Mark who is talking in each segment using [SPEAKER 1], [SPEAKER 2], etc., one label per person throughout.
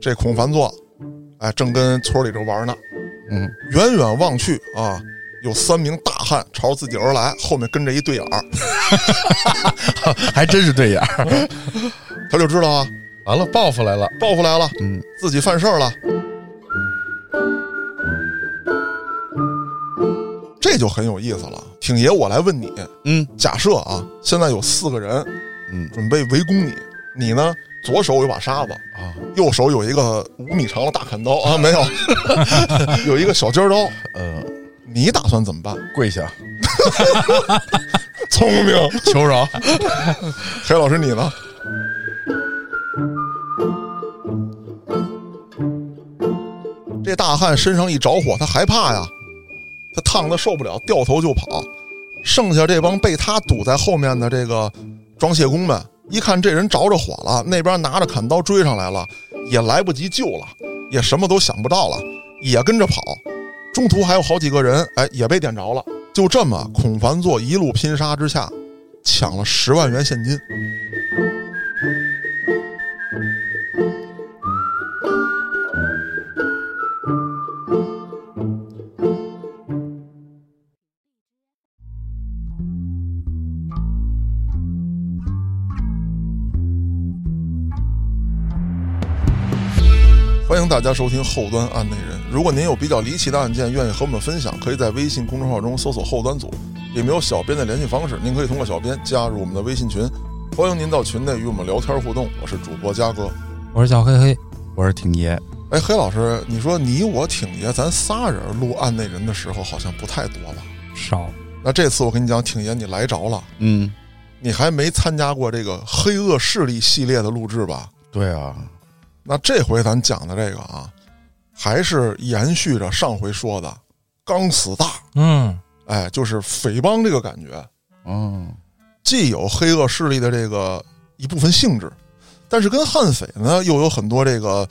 [SPEAKER 1] 这孔繁座，哎，正跟村里头玩呢。
[SPEAKER 2] 嗯，
[SPEAKER 1] 远远望去啊，有三名大汉朝自己而来，后面跟着一对眼儿，
[SPEAKER 2] 还真是对眼儿。
[SPEAKER 1] 他就知道啊，
[SPEAKER 2] 完了，报复来了。
[SPEAKER 1] 报复来了，
[SPEAKER 2] 嗯，
[SPEAKER 1] 自己犯事儿了。这就很有意思了，挺爷，我来问你，
[SPEAKER 2] 嗯
[SPEAKER 1] 假设啊，现在有四个人
[SPEAKER 2] 嗯
[SPEAKER 1] 准备围攻你，你呢，左手有把沙子，
[SPEAKER 2] 啊，
[SPEAKER 1] 右手有一个五米长的大砍刀啊，没有， 有一个小尖刀，
[SPEAKER 2] 呃，
[SPEAKER 1] 你打算怎么办？
[SPEAKER 2] 跪下
[SPEAKER 1] 聪明，
[SPEAKER 2] 求饶。
[SPEAKER 1] 黑老师你呢？这大汉身上一着火，他害怕呀，他烫的受不了，掉头就跑。剩下这帮被他堵在后面的这个装卸工们，一看这人着着火了，那边拿着砍刀追上来了，也来不及救了，也什么都想不到了，也跟着跑。中途还有好几个人，哎，也被点着了。就这么，孔繁座一路拼杀之下，抢了十万元现金。欢迎大家收听《后端案内人》。如果您有比较离奇的案件，愿意和我们分享，可以在微信公众号中搜索“后端组”，里面有小编的联系方式，您可以通过小编加入我们的微信群。欢迎您到群内与我们聊天互动。我是主播嘉哥。
[SPEAKER 3] 我是小黑黑，
[SPEAKER 2] 我是挺爷，
[SPEAKER 1] 哎，黑老师，你说你我挺爷咱仨人录案内人的时候好像不太多吧？
[SPEAKER 3] 少
[SPEAKER 1] 那这次我跟你讲，挺爷你来着了，
[SPEAKER 2] 嗯，
[SPEAKER 1] 你还没参加过这个黑恶势力系列的录制吧？
[SPEAKER 2] 对啊，
[SPEAKER 1] 那这回咱讲的这个啊，还是延续着上回说的刚死大，
[SPEAKER 3] 嗯，
[SPEAKER 1] 哎，就是匪帮这个感觉，
[SPEAKER 2] 嗯，
[SPEAKER 1] 既有黑恶势力的这个一部分性质，但是跟悍匪呢又有很多这个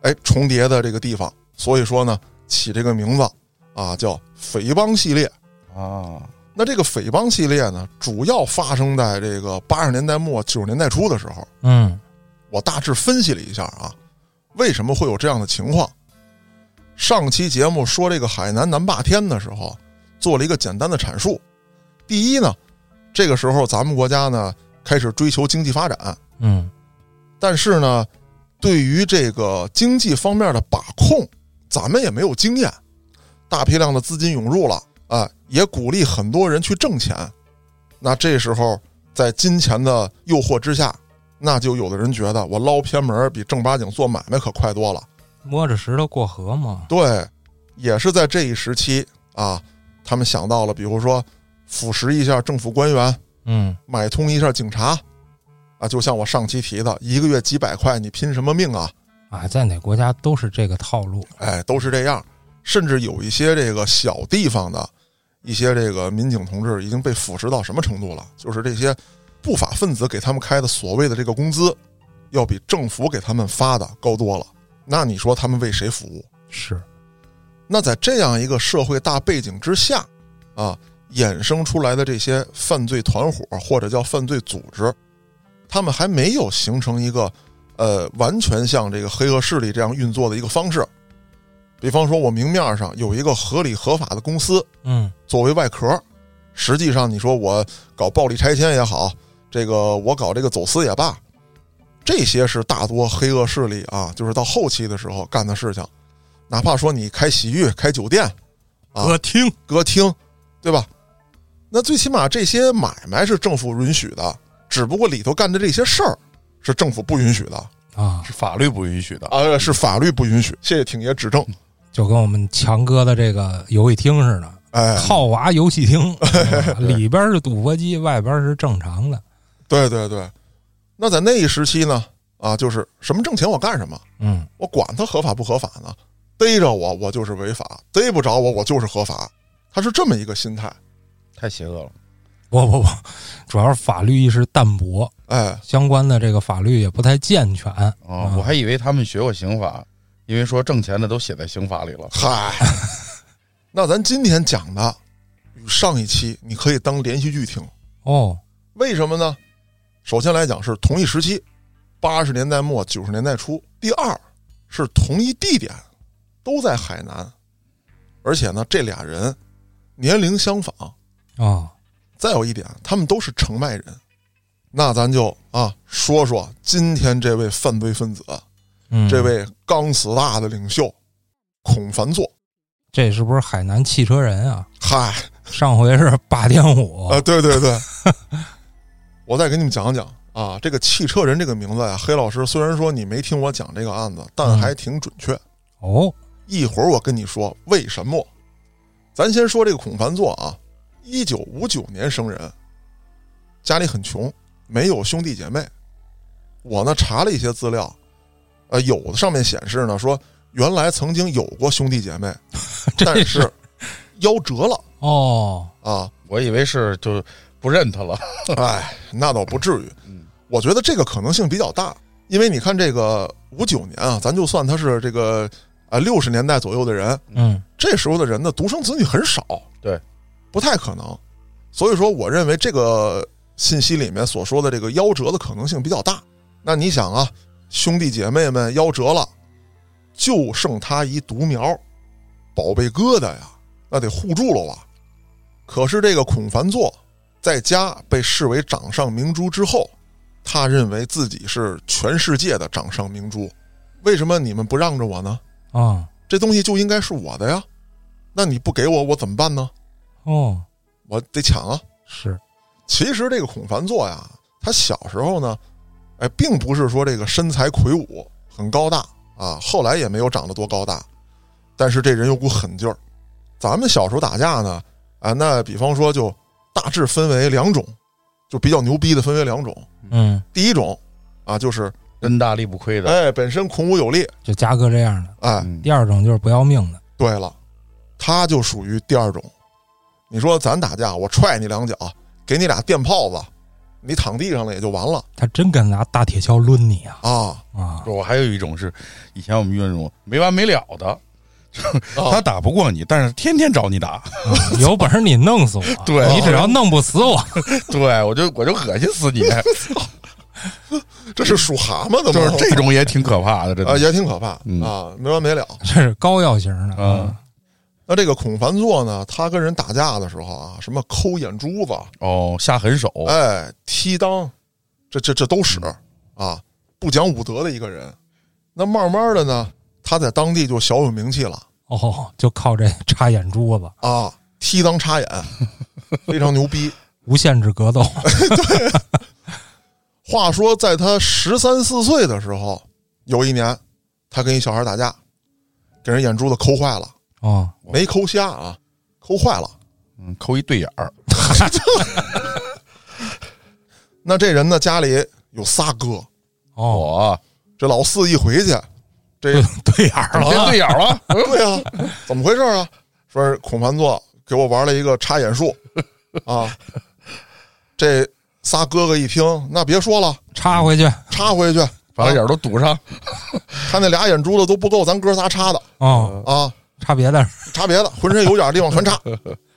[SPEAKER 1] 哎重叠的这个地方，所以说呢起这个名字啊叫匪帮系列。
[SPEAKER 2] 啊，
[SPEAKER 1] 那这个匪帮系列呢，主要发生在这个八十年代末九十年代初的时候。
[SPEAKER 3] 嗯
[SPEAKER 1] 我大致分析了一下啊，为什么会有这样的情况。上期节目说这个海南南霸天的时候，做了一个简单的阐述。第一呢，这个时候咱们国家呢开始追求经济发展，
[SPEAKER 3] 嗯
[SPEAKER 1] 但是呢，对于这个经济方面的把控，咱们也没有经验。啊大批量的资金涌入了啊，也鼓励很多人去挣钱。那这时候，在金钱的诱惑之下，那就有的人觉得我捞偏门儿比正八经做买卖可快多了。
[SPEAKER 3] 摸着石头过河嘛，
[SPEAKER 1] 对，也是在这一时期啊，他们想到了，比如说腐蚀一下政府官员，
[SPEAKER 3] 嗯
[SPEAKER 1] 买通一下警察，啊，就像我上期提的，一个月几百块，你拼什么命啊？
[SPEAKER 3] 啊，在哪国家都是这个套路，
[SPEAKER 1] 哎，都是这样。甚至有一些这个小地方的一些这个民警同志已经被腐蚀到什么程度了？就是这些不法分子给他们开的所谓的这个工资，要比政府给他们发的高多了。那你说他们为谁服务？
[SPEAKER 3] 是
[SPEAKER 1] 那在这样一个社会大背景之下，啊，衍生出来的这些犯罪团伙或者叫犯罪组织，他们还没有形成一个呃完全像这个黑恶势力这样运作的一个方式。比方说，我明面上有一个合理合法的公司
[SPEAKER 3] 嗯
[SPEAKER 1] 作为外壳，实际上你说我搞暴力拆迁也好，这个我搞这个走私也罢，这些是大多黑恶势力啊，就是到后期的时候干的事情。哪怕说你开洗浴、开酒店、啊
[SPEAKER 3] 歌厅，
[SPEAKER 1] 歌厅，对吧？那最起码这些买卖是政府允许的，只不过里头干的这些事儿是政府不允许的
[SPEAKER 3] 啊，
[SPEAKER 2] 是法律不允许的。
[SPEAKER 1] 啊，是法律不允许。谢谢挺爷指正。
[SPEAKER 3] 就跟我们强哥的这个游戏厅似的，
[SPEAKER 1] 哎，
[SPEAKER 3] 套娃游戏 厅，啊里边是赌博机，外边是正常的，
[SPEAKER 1] 对对对。那在那一时期呢，啊，就是什么挣钱我干什么，
[SPEAKER 3] 嗯
[SPEAKER 1] 我管他合法不合法呢，逮着我我就是违法，逮不着我我就是合法。他是这么一个心态，
[SPEAKER 2] 太邪恶了。
[SPEAKER 3] 不不不，主要是法律意识淡薄，
[SPEAKER 1] 哎，
[SPEAKER 3] 相关的这个法律也不太健全
[SPEAKER 2] 啊！我还以为他们学过刑法，因为说挣钱的都写在刑法里了。
[SPEAKER 1] 嗨，那咱今天讲的与上一期你可以当连续剧听，
[SPEAKER 3] 哦，
[SPEAKER 1] 为什么呢？首先来讲是同一时期，八十年代末九十年代初；第二是同一地点，都在海南，而且呢，这俩人年龄相仿。
[SPEAKER 3] 哦，
[SPEAKER 1] 再有一点，他们都是澄迈人。那咱就啊说说今天这位犯罪分子，
[SPEAKER 3] 嗯，
[SPEAKER 1] 这位刚死大的领袖孔凡作。
[SPEAKER 3] 这是不是海南汽车人啊？
[SPEAKER 1] 嗨，
[SPEAKER 3] 上回是八点五
[SPEAKER 1] 啊，对对 对，我再给你们讲讲啊，这个汽车人这个名字呀、黑老师虽然说你没听我讲这个案子，但
[SPEAKER 3] 嗯
[SPEAKER 1] 还挺准确。
[SPEAKER 3] 哦，
[SPEAKER 1] 一会儿我跟你说为什么。咱先说这个孔凡作啊，一九五九年生人，家里很穷，没有兄弟姐妹。我呢查了一些资料，呃，有的上面显示呢说原来曾经有过兄弟姐妹，但是夭折了
[SPEAKER 3] 哦，
[SPEAKER 1] 啊。
[SPEAKER 2] 我以为是就不认他了。
[SPEAKER 1] 哎，那倒不至于
[SPEAKER 2] 嗯。
[SPEAKER 1] 我觉得这个可能性比较大，因为你看这个五九年啊，咱就算他是这个啊六十年代左右的人，
[SPEAKER 3] 嗯，
[SPEAKER 1] 这时候的人呢，独生子女很少，
[SPEAKER 2] 对，
[SPEAKER 1] 不太可能。所以说，我认为这个信息里面所说的这个夭折的可能性比较大。那你想啊，兄弟姐妹们夭折了，就剩他一独苗，宝贝疙瘩呀，那得护住了吧？可是这个孔凡作在家被视为掌上明珠之后，他认为自己是全世界的掌上明珠，为什么你们不让着我呢？
[SPEAKER 3] 啊，
[SPEAKER 1] 这东西就应该是我的呀，那你不给我，我怎么办呢？
[SPEAKER 3] 哦，
[SPEAKER 1] 我得抢啊！
[SPEAKER 3] 是，
[SPEAKER 1] 其实这个孔凡作呀，他小时候呢，哎，并不是说这个身材魁梧、很高大啊，后来也没有长得多高大，但是这人有股狠劲儿。咱们小时候打架呢，啊，那比方说就大致分为两种，就比较牛逼的分为两种。
[SPEAKER 3] 嗯，
[SPEAKER 1] 第一种啊，就是
[SPEAKER 2] 恩大力不亏的。
[SPEAKER 1] 哎，本身孔武有力，
[SPEAKER 3] 就嘉哥这样的。
[SPEAKER 1] 哎，
[SPEAKER 2] 嗯
[SPEAKER 3] 第二种就是不要命的，
[SPEAKER 1] 对了，他就属于第二种。你说咱打架，我踹你两脚，给你俩电炮子，你躺地上了也就完了
[SPEAKER 3] 他真敢拿大铁锹抡你
[SPEAKER 1] 啊！
[SPEAKER 3] 啊啊！
[SPEAKER 2] 我还有一种是，以前我们遇到那种没完没了的，他打不过你，但是天天找你打。
[SPEAKER 3] 嗯有本事你弄死我，
[SPEAKER 2] 对
[SPEAKER 3] 你 只要弄不死我，
[SPEAKER 2] 对我就我就恶心死 你，
[SPEAKER 1] 这是属蛤蟆的
[SPEAKER 2] 就
[SPEAKER 1] 吗？
[SPEAKER 2] 是这种也挺可怕的，真
[SPEAKER 1] 啊，
[SPEAKER 2] 的。
[SPEAKER 1] 也挺可怕、
[SPEAKER 2] 嗯
[SPEAKER 1] 啊，没完没了。
[SPEAKER 3] 这是高药型的
[SPEAKER 2] 嗯，
[SPEAKER 1] 那这个孔凡作呢，他跟人打架的时候啊，什么抠眼珠子，
[SPEAKER 2] 哦，下狠手，
[SPEAKER 1] 哎，踢裆，这这这都使啊，不讲武德的一个人。那慢慢的呢，他在当地就小有名气了
[SPEAKER 3] 哦，就靠这插眼珠子，
[SPEAKER 1] 啊，踢裆 插眼，非常牛逼。
[SPEAKER 3] 无限制格斗，
[SPEAKER 1] 话说，在他十三四岁的时候，有一年，他跟一小孩打架，给人眼珠子抠坏了，
[SPEAKER 3] 哦，
[SPEAKER 1] 没抠瞎啊，抠坏了。
[SPEAKER 2] 嗯，抠一对眼儿，
[SPEAKER 1] 那这人呢，家里有仨哥，
[SPEAKER 3] 哦，
[SPEAKER 2] 我
[SPEAKER 1] 这老四一回去，这
[SPEAKER 3] 对对眼儿
[SPEAKER 2] 变
[SPEAKER 3] 了，
[SPEAKER 2] 对眼儿 了，
[SPEAKER 1] 对啊，怎么回事啊？说是孔凡座给我玩了一个插眼术啊，这仨哥哥一听，那别说了，
[SPEAKER 3] 插回去，
[SPEAKER 1] 插回去，啊
[SPEAKER 2] 把他眼儿都堵上。
[SPEAKER 1] 他那俩眼珠子都不够咱哥仨插的
[SPEAKER 3] 哦，
[SPEAKER 1] 啊。
[SPEAKER 3] 插别的，
[SPEAKER 1] 插别的，浑身有点儿地方全插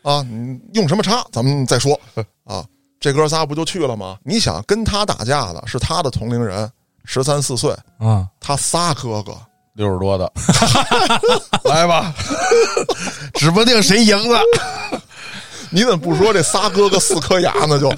[SPEAKER 1] 啊！你用什么插，咱们再说啊。这哥仨不就去了吗？你想跟他打架的是他的同龄人，十三四岁，
[SPEAKER 3] 嗯，
[SPEAKER 1] 他仨哥哥，
[SPEAKER 2] 六十多的， 来吧， 指不定谁赢了。
[SPEAKER 1] 你怎么不说这仨哥哥四颗牙呢？就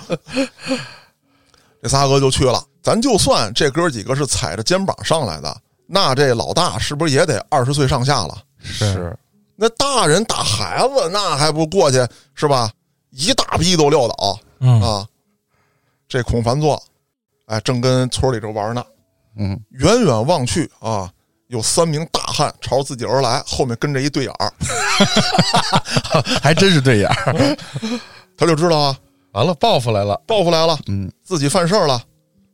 [SPEAKER 1] 这仨哥就去了。咱就算这哥几个是踩着肩膀上来的，那这老大是不是也得二十岁上下了？
[SPEAKER 2] 是，
[SPEAKER 1] 那大人打孩子，那还不过去是吧？一大批都撂倒，
[SPEAKER 3] 嗯
[SPEAKER 1] 啊，这孔凡座，哎，正跟村里这玩呢，
[SPEAKER 2] 嗯，
[SPEAKER 1] 远远望去啊，有三名大汉朝自己而来，后面跟着一对眼儿，
[SPEAKER 2] 还真是对眼儿。
[SPEAKER 1] 他就知道啊，
[SPEAKER 2] 完了，报复来了。
[SPEAKER 1] 报复来了，
[SPEAKER 2] 嗯，
[SPEAKER 1] 自己犯事儿了。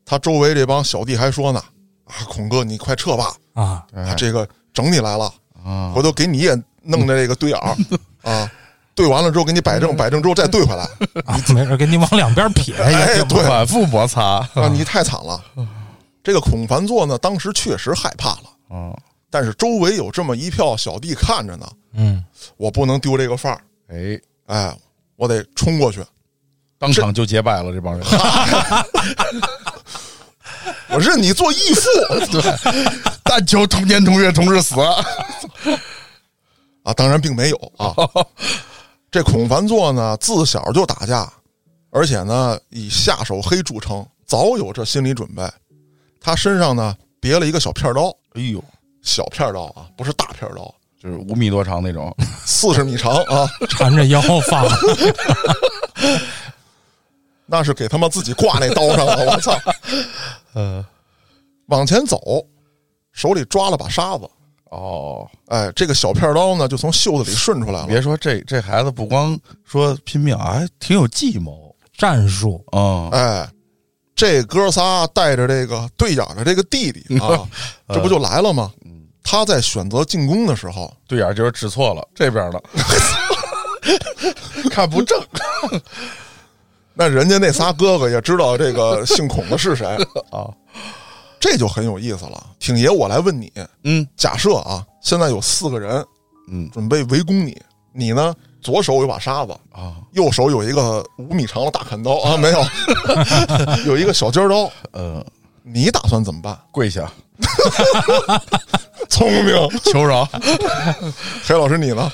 [SPEAKER 1] 他周围这帮小弟还说呢，啊，孔哥你快撤吧，
[SPEAKER 3] 啊，
[SPEAKER 1] 啊，这个整你来了，
[SPEAKER 2] 哎啊，
[SPEAKER 1] 回头给你也弄的这个对眼儿啊。对完了之后给你摆
[SPEAKER 2] 嗯
[SPEAKER 1] 正，摆正之后再对 回来，
[SPEAKER 3] 啊，没事，给你往两边撇
[SPEAKER 1] 哎
[SPEAKER 3] 也行
[SPEAKER 1] 对
[SPEAKER 2] 反复摩擦。
[SPEAKER 1] 啊，你太惨了。这个孔凡座呢，当时确实害怕了，
[SPEAKER 2] 啊，
[SPEAKER 1] 但是周围有这么一票小弟看着呢，
[SPEAKER 3] 嗯，
[SPEAKER 1] 我不能丢这个范儿，
[SPEAKER 2] 哎，
[SPEAKER 1] 哎，我得冲过去。
[SPEAKER 2] 当场就结拜了这帮人。
[SPEAKER 1] 我认你做义父
[SPEAKER 2] 对，但求同年同月同日死。
[SPEAKER 1] 啊！当然并没有啊。这孔凡作呢，自小就打架，而且呢以下手黑著称，早有这心理准备。他身上呢别了一个小片刀，
[SPEAKER 2] 哎呦，
[SPEAKER 1] 小片刀啊，不是大片刀，
[SPEAKER 2] 就是五米多长那 种，
[SPEAKER 1] 四十米长啊，
[SPEAKER 3] 缠着腰放，
[SPEAKER 1] 那是给他妈自己挂那刀上了。我操！
[SPEAKER 2] 嗯，
[SPEAKER 1] 往前走，手里抓了把沙子，
[SPEAKER 2] 哦，
[SPEAKER 1] 哎，这个小片刀呢就从袖子里顺出来了。
[SPEAKER 2] 别说这这孩子不光说拼命啊，还挺有计谋
[SPEAKER 3] 战术
[SPEAKER 2] 啊。
[SPEAKER 1] 哎，这哥仨带着这个对眼的这个弟弟啊，这不就来了吗？他在选择进攻的时候，
[SPEAKER 2] 对眼就是指错了，这 边的看不正，
[SPEAKER 1] 那人家那仨哥哥也知道这个姓孔的是谁啊，这就很有意思了。挺爷，我来问你，
[SPEAKER 2] 嗯
[SPEAKER 1] 假设啊，现在有四个人
[SPEAKER 2] 嗯
[SPEAKER 1] 准备围攻你，你呢左手有把沙子，
[SPEAKER 2] 啊，
[SPEAKER 1] 右手有一个五米长的大砍刀啊，没有， 有一个小尖刀，
[SPEAKER 2] 呃，
[SPEAKER 1] 你打算怎么办？
[SPEAKER 2] 跪下
[SPEAKER 1] 聪明，
[SPEAKER 2] 求饶，
[SPEAKER 1] 黑老师你呢？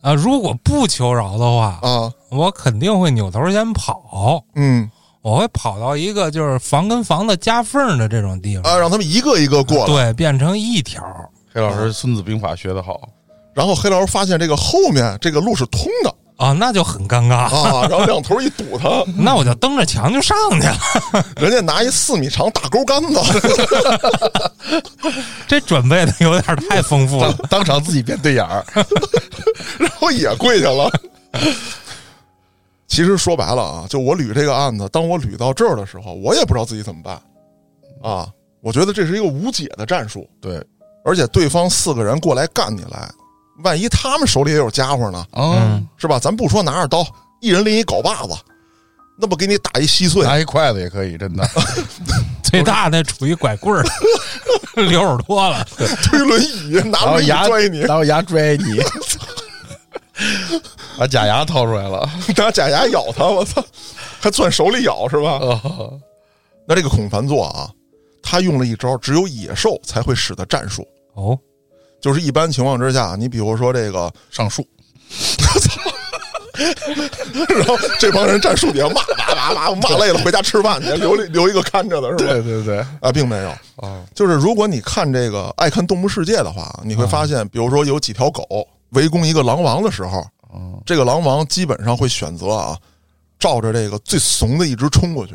[SPEAKER 3] 啊！如果不求饶的话，
[SPEAKER 1] 啊，
[SPEAKER 3] 我肯定会扭头先跑，
[SPEAKER 1] 嗯，
[SPEAKER 3] 我会跑到一个就是房跟房的夹缝的这种地方，
[SPEAKER 1] 啊，让他们一个一个过来。
[SPEAKER 3] 对，变成一条。
[SPEAKER 2] 黑老师《孙子兵法》学得好，
[SPEAKER 1] 然后黑老师发现这个后面这个路是通的
[SPEAKER 3] 啊，那就很尴尬。
[SPEAKER 1] 啊，然后两头一堵他，
[SPEAKER 3] 那我就蹬着墙就上去了，
[SPEAKER 1] 人家拿一四米长大钩杆子，
[SPEAKER 3] 这准备的有点太丰富了。
[SPEAKER 2] 当场自己变对眼儿。
[SPEAKER 1] 然 后也跪下了。其实说白了啊，就我捋这个案子，当我捋到这儿的时候，我也不知道自己怎么办啊。我觉得这是一个无解的战术，
[SPEAKER 2] 对，
[SPEAKER 1] 而且对方四个人过来干你来，万一他们手里也有家伙
[SPEAKER 3] 啊
[SPEAKER 1] 呢，
[SPEAKER 2] 嗯，
[SPEAKER 1] 是吧？咱不说拿着刀，一人拎一镐把子，那不给你打一稀碎？
[SPEAKER 2] 拿一筷子也可以，真的。
[SPEAKER 3] 最大的杵一拐 棍儿，六十多了，
[SPEAKER 1] 推轮椅，拿轮椅拽你，
[SPEAKER 2] 拿我牙拽 你，把假牙掏出来 了。
[SPEAKER 1] 拿假牙咬他，我操，还攥手里咬是吧？
[SPEAKER 2] 哦，
[SPEAKER 1] 那这个孔凡作啊，他用了一招只有野兽才会使的战术，
[SPEAKER 3] 哦，
[SPEAKER 1] 就是一般情况之下，你比如说这个，
[SPEAKER 2] 上树，
[SPEAKER 1] 然后这帮人站树底下骂骂骂骂骂累了，回家吃饭去，留留一个看着的是吧？
[SPEAKER 2] 对对，
[SPEAKER 1] 啊，并没有，
[SPEAKER 2] 哦，
[SPEAKER 1] 就是如果你看这个爱看《动物世界》的话，你会发现，比如说有几条狗围攻一个狼王的时候，这个狼王基本上会选择啊，照着这个最怂的一只冲过去，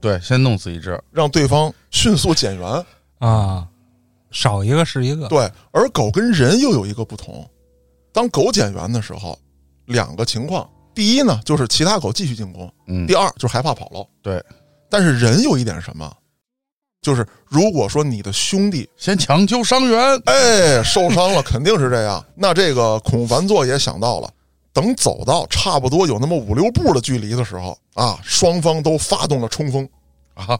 [SPEAKER 2] 对，先弄死一只，
[SPEAKER 1] 让对方迅速减员。
[SPEAKER 3] 啊，少一个是一个。
[SPEAKER 1] 对，而狗跟人又有一个不同，当狗减员的时候，两个情况：第一呢，就是其他狗继续进攻；
[SPEAKER 2] 嗯
[SPEAKER 1] 第，二就是害怕跑了。
[SPEAKER 2] 对，
[SPEAKER 1] 但是人有一点什么，就是如果说你的兄弟
[SPEAKER 2] 先抢救伤员。
[SPEAKER 1] 哎，受伤了，肯定是这样。那这个孔凡作也想到了，等走到差不多有那么五六步的距离的时候啊，双方都发动了冲锋，
[SPEAKER 2] 啊，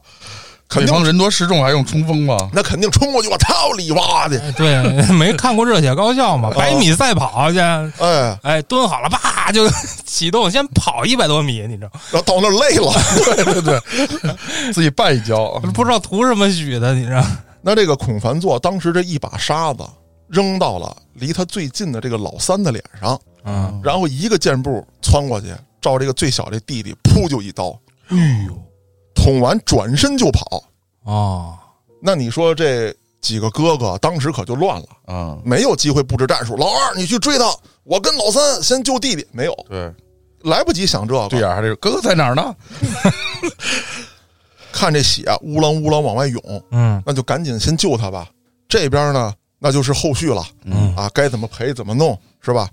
[SPEAKER 1] 肯
[SPEAKER 2] 对
[SPEAKER 1] 定
[SPEAKER 2] 方人多势众，还用冲锋吗？
[SPEAKER 1] 那肯定冲过去，我操你妈的！
[SPEAKER 3] 对， 没看过《热血高校》嘛，百米赛跑去，
[SPEAKER 1] 哎，然
[SPEAKER 3] 哎，蹲好了，叭就 启动，先跑一百多米，你知道？
[SPEAKER 1] 后到那儿累了，
[SPEAKER 2] 对对对，自己绊一跤。
[SPEAKER 3] 不知道图什么许的，你知道？
[SPEAKER 1] 那这个孔凡作当时这一把沙子扔到了离他最近的这个老三的脸上，
[SPEAKER 3] 嗯，
[SPEAKER 1] 然后一个箭步窜过去，照这个最小这弟弟噗就一刀，
[SPEAKER 3] 哎呦，
[SPEAKER 1] 捅完转身就跑。
[SPEAKER 3] 哦，
[SPEAKER 1] 那你说这几个哥哥当时可就乱了。
[SPEAKER 2] 嗯，
[SPEAKER 1] 没有机会布置战术。老二，你去追他，我跟老三先救弟弟。没有，
[SPEAKER 2] 对，
[SPEAKER 1] 来不及想这个。
[SPEAKER 2] 对眼还得哥哥在哪儿呢？
[SPEAKER 1] 看这血啊乌啷乌啷往外涌，
[SPEAKER 3] 嗯
[SPEAKER 1] 那就赶紧先救他吧。这边呢，那就是后续了
[SPEAKER 3] 嗯
[SPEAKER 1] 啊，该怎么赔怎么弄，是吧？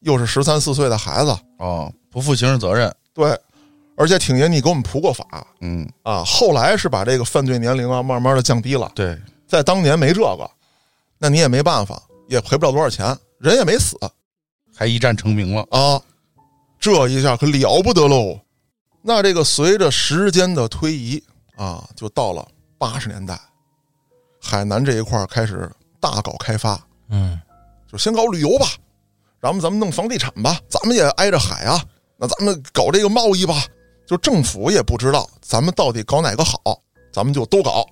[SPEAKER 1] 又是十三四岁的孩子，
[SPEAKER 2] 哦，不负刑事责任。
[SPEAKER 1] 对，而且挺爷你给我们普过法
[SPEAKER 2] 嗯，
[SPEAKER 1] 啊，后来是把这个犯罪年龄啊慢慢的降低了，
[SPEAKER 2] 对，
[SPEAKER 1] 在当年没这个，那你也没办法，也赔不了多少钱，人也没死
[SPEAKER 2] 还一战成名了。
[SPEAKER 1] 啊，这一下可了不得喽。那这个随着时间的推移啊，就到了八十年代，海南这一块儿开始大搞开发，
[SPEAKER 3] 嗯，
[SPEAKER 1] 就先搞旅游吧，然后咱们弄房地产吧，咱们也挨着海啊，那咱们搞这个贸易吧。就政府也不知道咱们到底搞哪个好，咱们就都搞。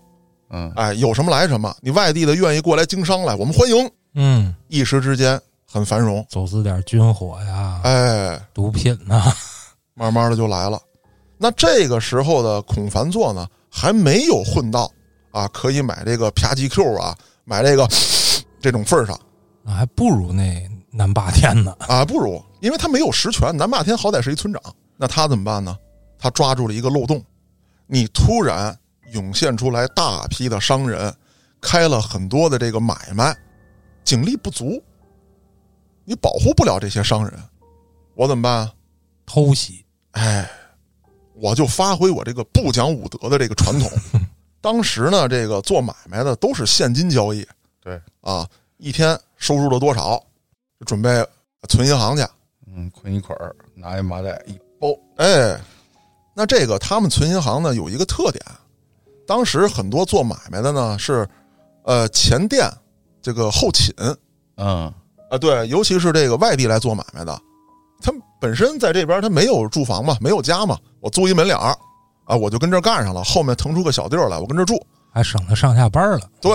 [SPEAKER 2] 嗯
[SPEAKER 1] 哎，有什么来什么，你外地的愿意过来经商来，我们欢迎。
[SPEAKER 3] 嗯，
[SPEAKER 1] 一时之间很繁荣，
[SPEAKER 3] 走私点军火呀、
[SPEAKER 1] 哎，
[SPEAKER 3] 毒品呐、
[SPEAKER 1] 慢慢的就来了。那这个时候的孔繁座呢，还没有混到啊，可以买这个啪叽 Q 啊，买这个 这种份儿上
[SPEAKER 3] 啊，还不如那南霸天呢。
[SPEAKER 1] 啊，不如，因为他没有实权。南霸天好歹是一村长，那他怎么办呢？他抓住了一个漏洞，你突然涌现出来大批的商人，开了很多的这个买卖，警力不足，你保护不了这些商人，我怎么办啊？
[SPEAKER 3] 偷袭，
[SPEAKER 1] 哎，我就发挥我这个不讲武德的这个传统。当时呢，这个做买卖的都是现金交易，
[SPEAKER 2] 对
[SPEAKER 1] 啊，一天收入了多少，就准备存银行去。
[SPEAKER 2] 嗯，捆一捆儿，拿一麻袋一
[SPEAKER 1] 包，哎，那这个他们存银行呢有一个特点，当时很多做买卖的呢是，呃，前店这个后寝
[SPEAKER 2] 嗯
[SPEAKER 1] 啊，对，尤其是这个外地来做买卖的，他本身在这边他没有住房嘛，没有家嘛，我租一门脸儿啊，我就跟这儿干上了，后面腾出个小地儿来，我跟这儿住。
[SPEAKER 3] 还省得上下班了。
[SPEAKER 1] 对，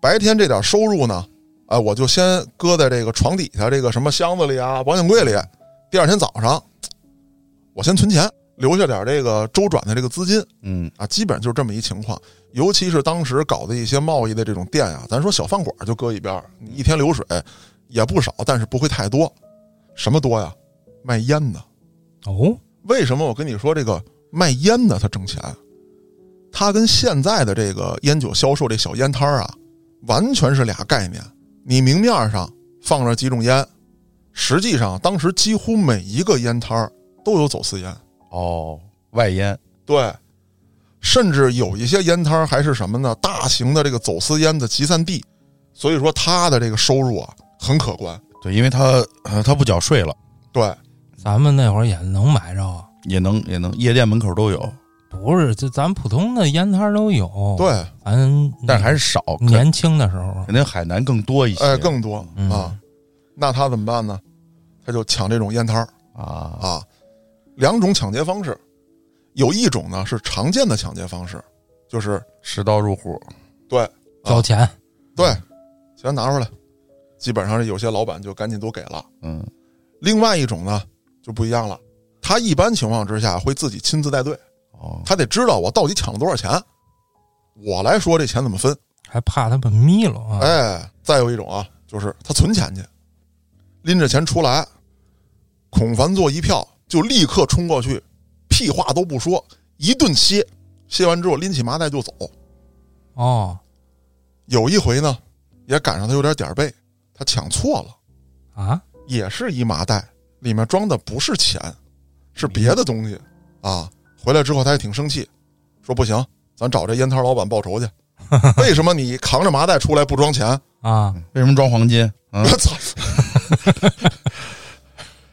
[SPEAKER 1] 白天这点收入呢，啊，我就先搁在这个床底下这个什么箱子里啊、保险柜里。第二天早上，我先存钱，留下点这个周转的这个资金
[SPEAKER 2] 嗯
[SPEAKER 1] 啊，基本上就是这么一情况。尤其是当时搞的一些贸易的这种店啊，咱说小饭馆就搁一边儿，你一天流水也不少，但是不会太多。什么多呀？卖烟的。
[SPEAKER 3] 哦，
[SPEAKER 1] 为什么我跟你说这个卖烟的他挣钱？他跟现在的这个烟酒销售这小烟摊儿啊，完全是俩概念。你明面上放着几种烟，实际上当时几乎每一个烟摊儿都有走私烟。
[SPEAKER 2] 哦，外烟
[SPEAKER 1] 对，甚至有一些烟摊儿还是什么呢？大型的这个走私烟的集散地。所以说他的这个收入啊很可观。
[SPEAKER 2] 对，因为他呃他不缴税了，
[SPEAKER 1] 对，
[SPEAKER 3] 咱们那会儿也能买着啊，
[SPEAKER 2] 也能也能，夜店门口都有，
[SPEAKER 3] 不是？就咱普通的烟摊儿都有。，
[SPEAKER 1] 对，哎
[SPEAKER 3] 咱
[SPEAKER 2] 但是还是少，肯
[SPEAKER 3] 年轻的时候，
[SPEAKER 2] 肯定海南更多一些，
[SPEAKER 1] 哎，更多
[SPEAKER 3] 嗯
[SPEAKER 1] 啊。那他怎么办呢？他就抢这种烟摊儿。
[SPEAKER 2] 啊
[SPEAKER 1] 啊，两种抢劫方式，有一种呢是常见的抢劫方式，就是
[SPEAKER 2] 持刀入户，
[SPEAKER 1] 对
[SPEAKER 3] 交钱。
[SPEAKER 1] 对，钱拿出来，基本上有些老板就赶紧都给了。
[SPEAKER 2] 嗯
[SPEAKER 1] 另外一种呢就不一样了，他一般情况之下会自己亲自带队，
[SPEAKER 2] 哦，
[SPEAKER 1] 他得知道我到底抢了多少钱，我来说这钱怎么分。
[SPEAKER 3] 还怕他们眯了啊！
[SPEAKER 1] 哎，再有一种啊，就是他存钱去，拎着钱出来，孔凡座一票就立刻冲过去，屁话都不说，一顿歇，歇完之后拎起麻袋就走。
[SPEAKER 3] 哦
[SPEAKER 1] 有一回呢，也赶上他有点点儿背，他抢错了，
[SPEAKER 3] 啊，
[SPEAKER 1] 也是一麻袋，里面装的不是钱，是别的东西啊。回来之后他也挺生气，说不行，咱找这烟摊老板报仇去。为什么你扛着麻袋出来不装钱？
[SPEAKER 3] 啊，
[SPEAKER 2] 为什么装黄金？嗯
[SPEAKER 1] 我操！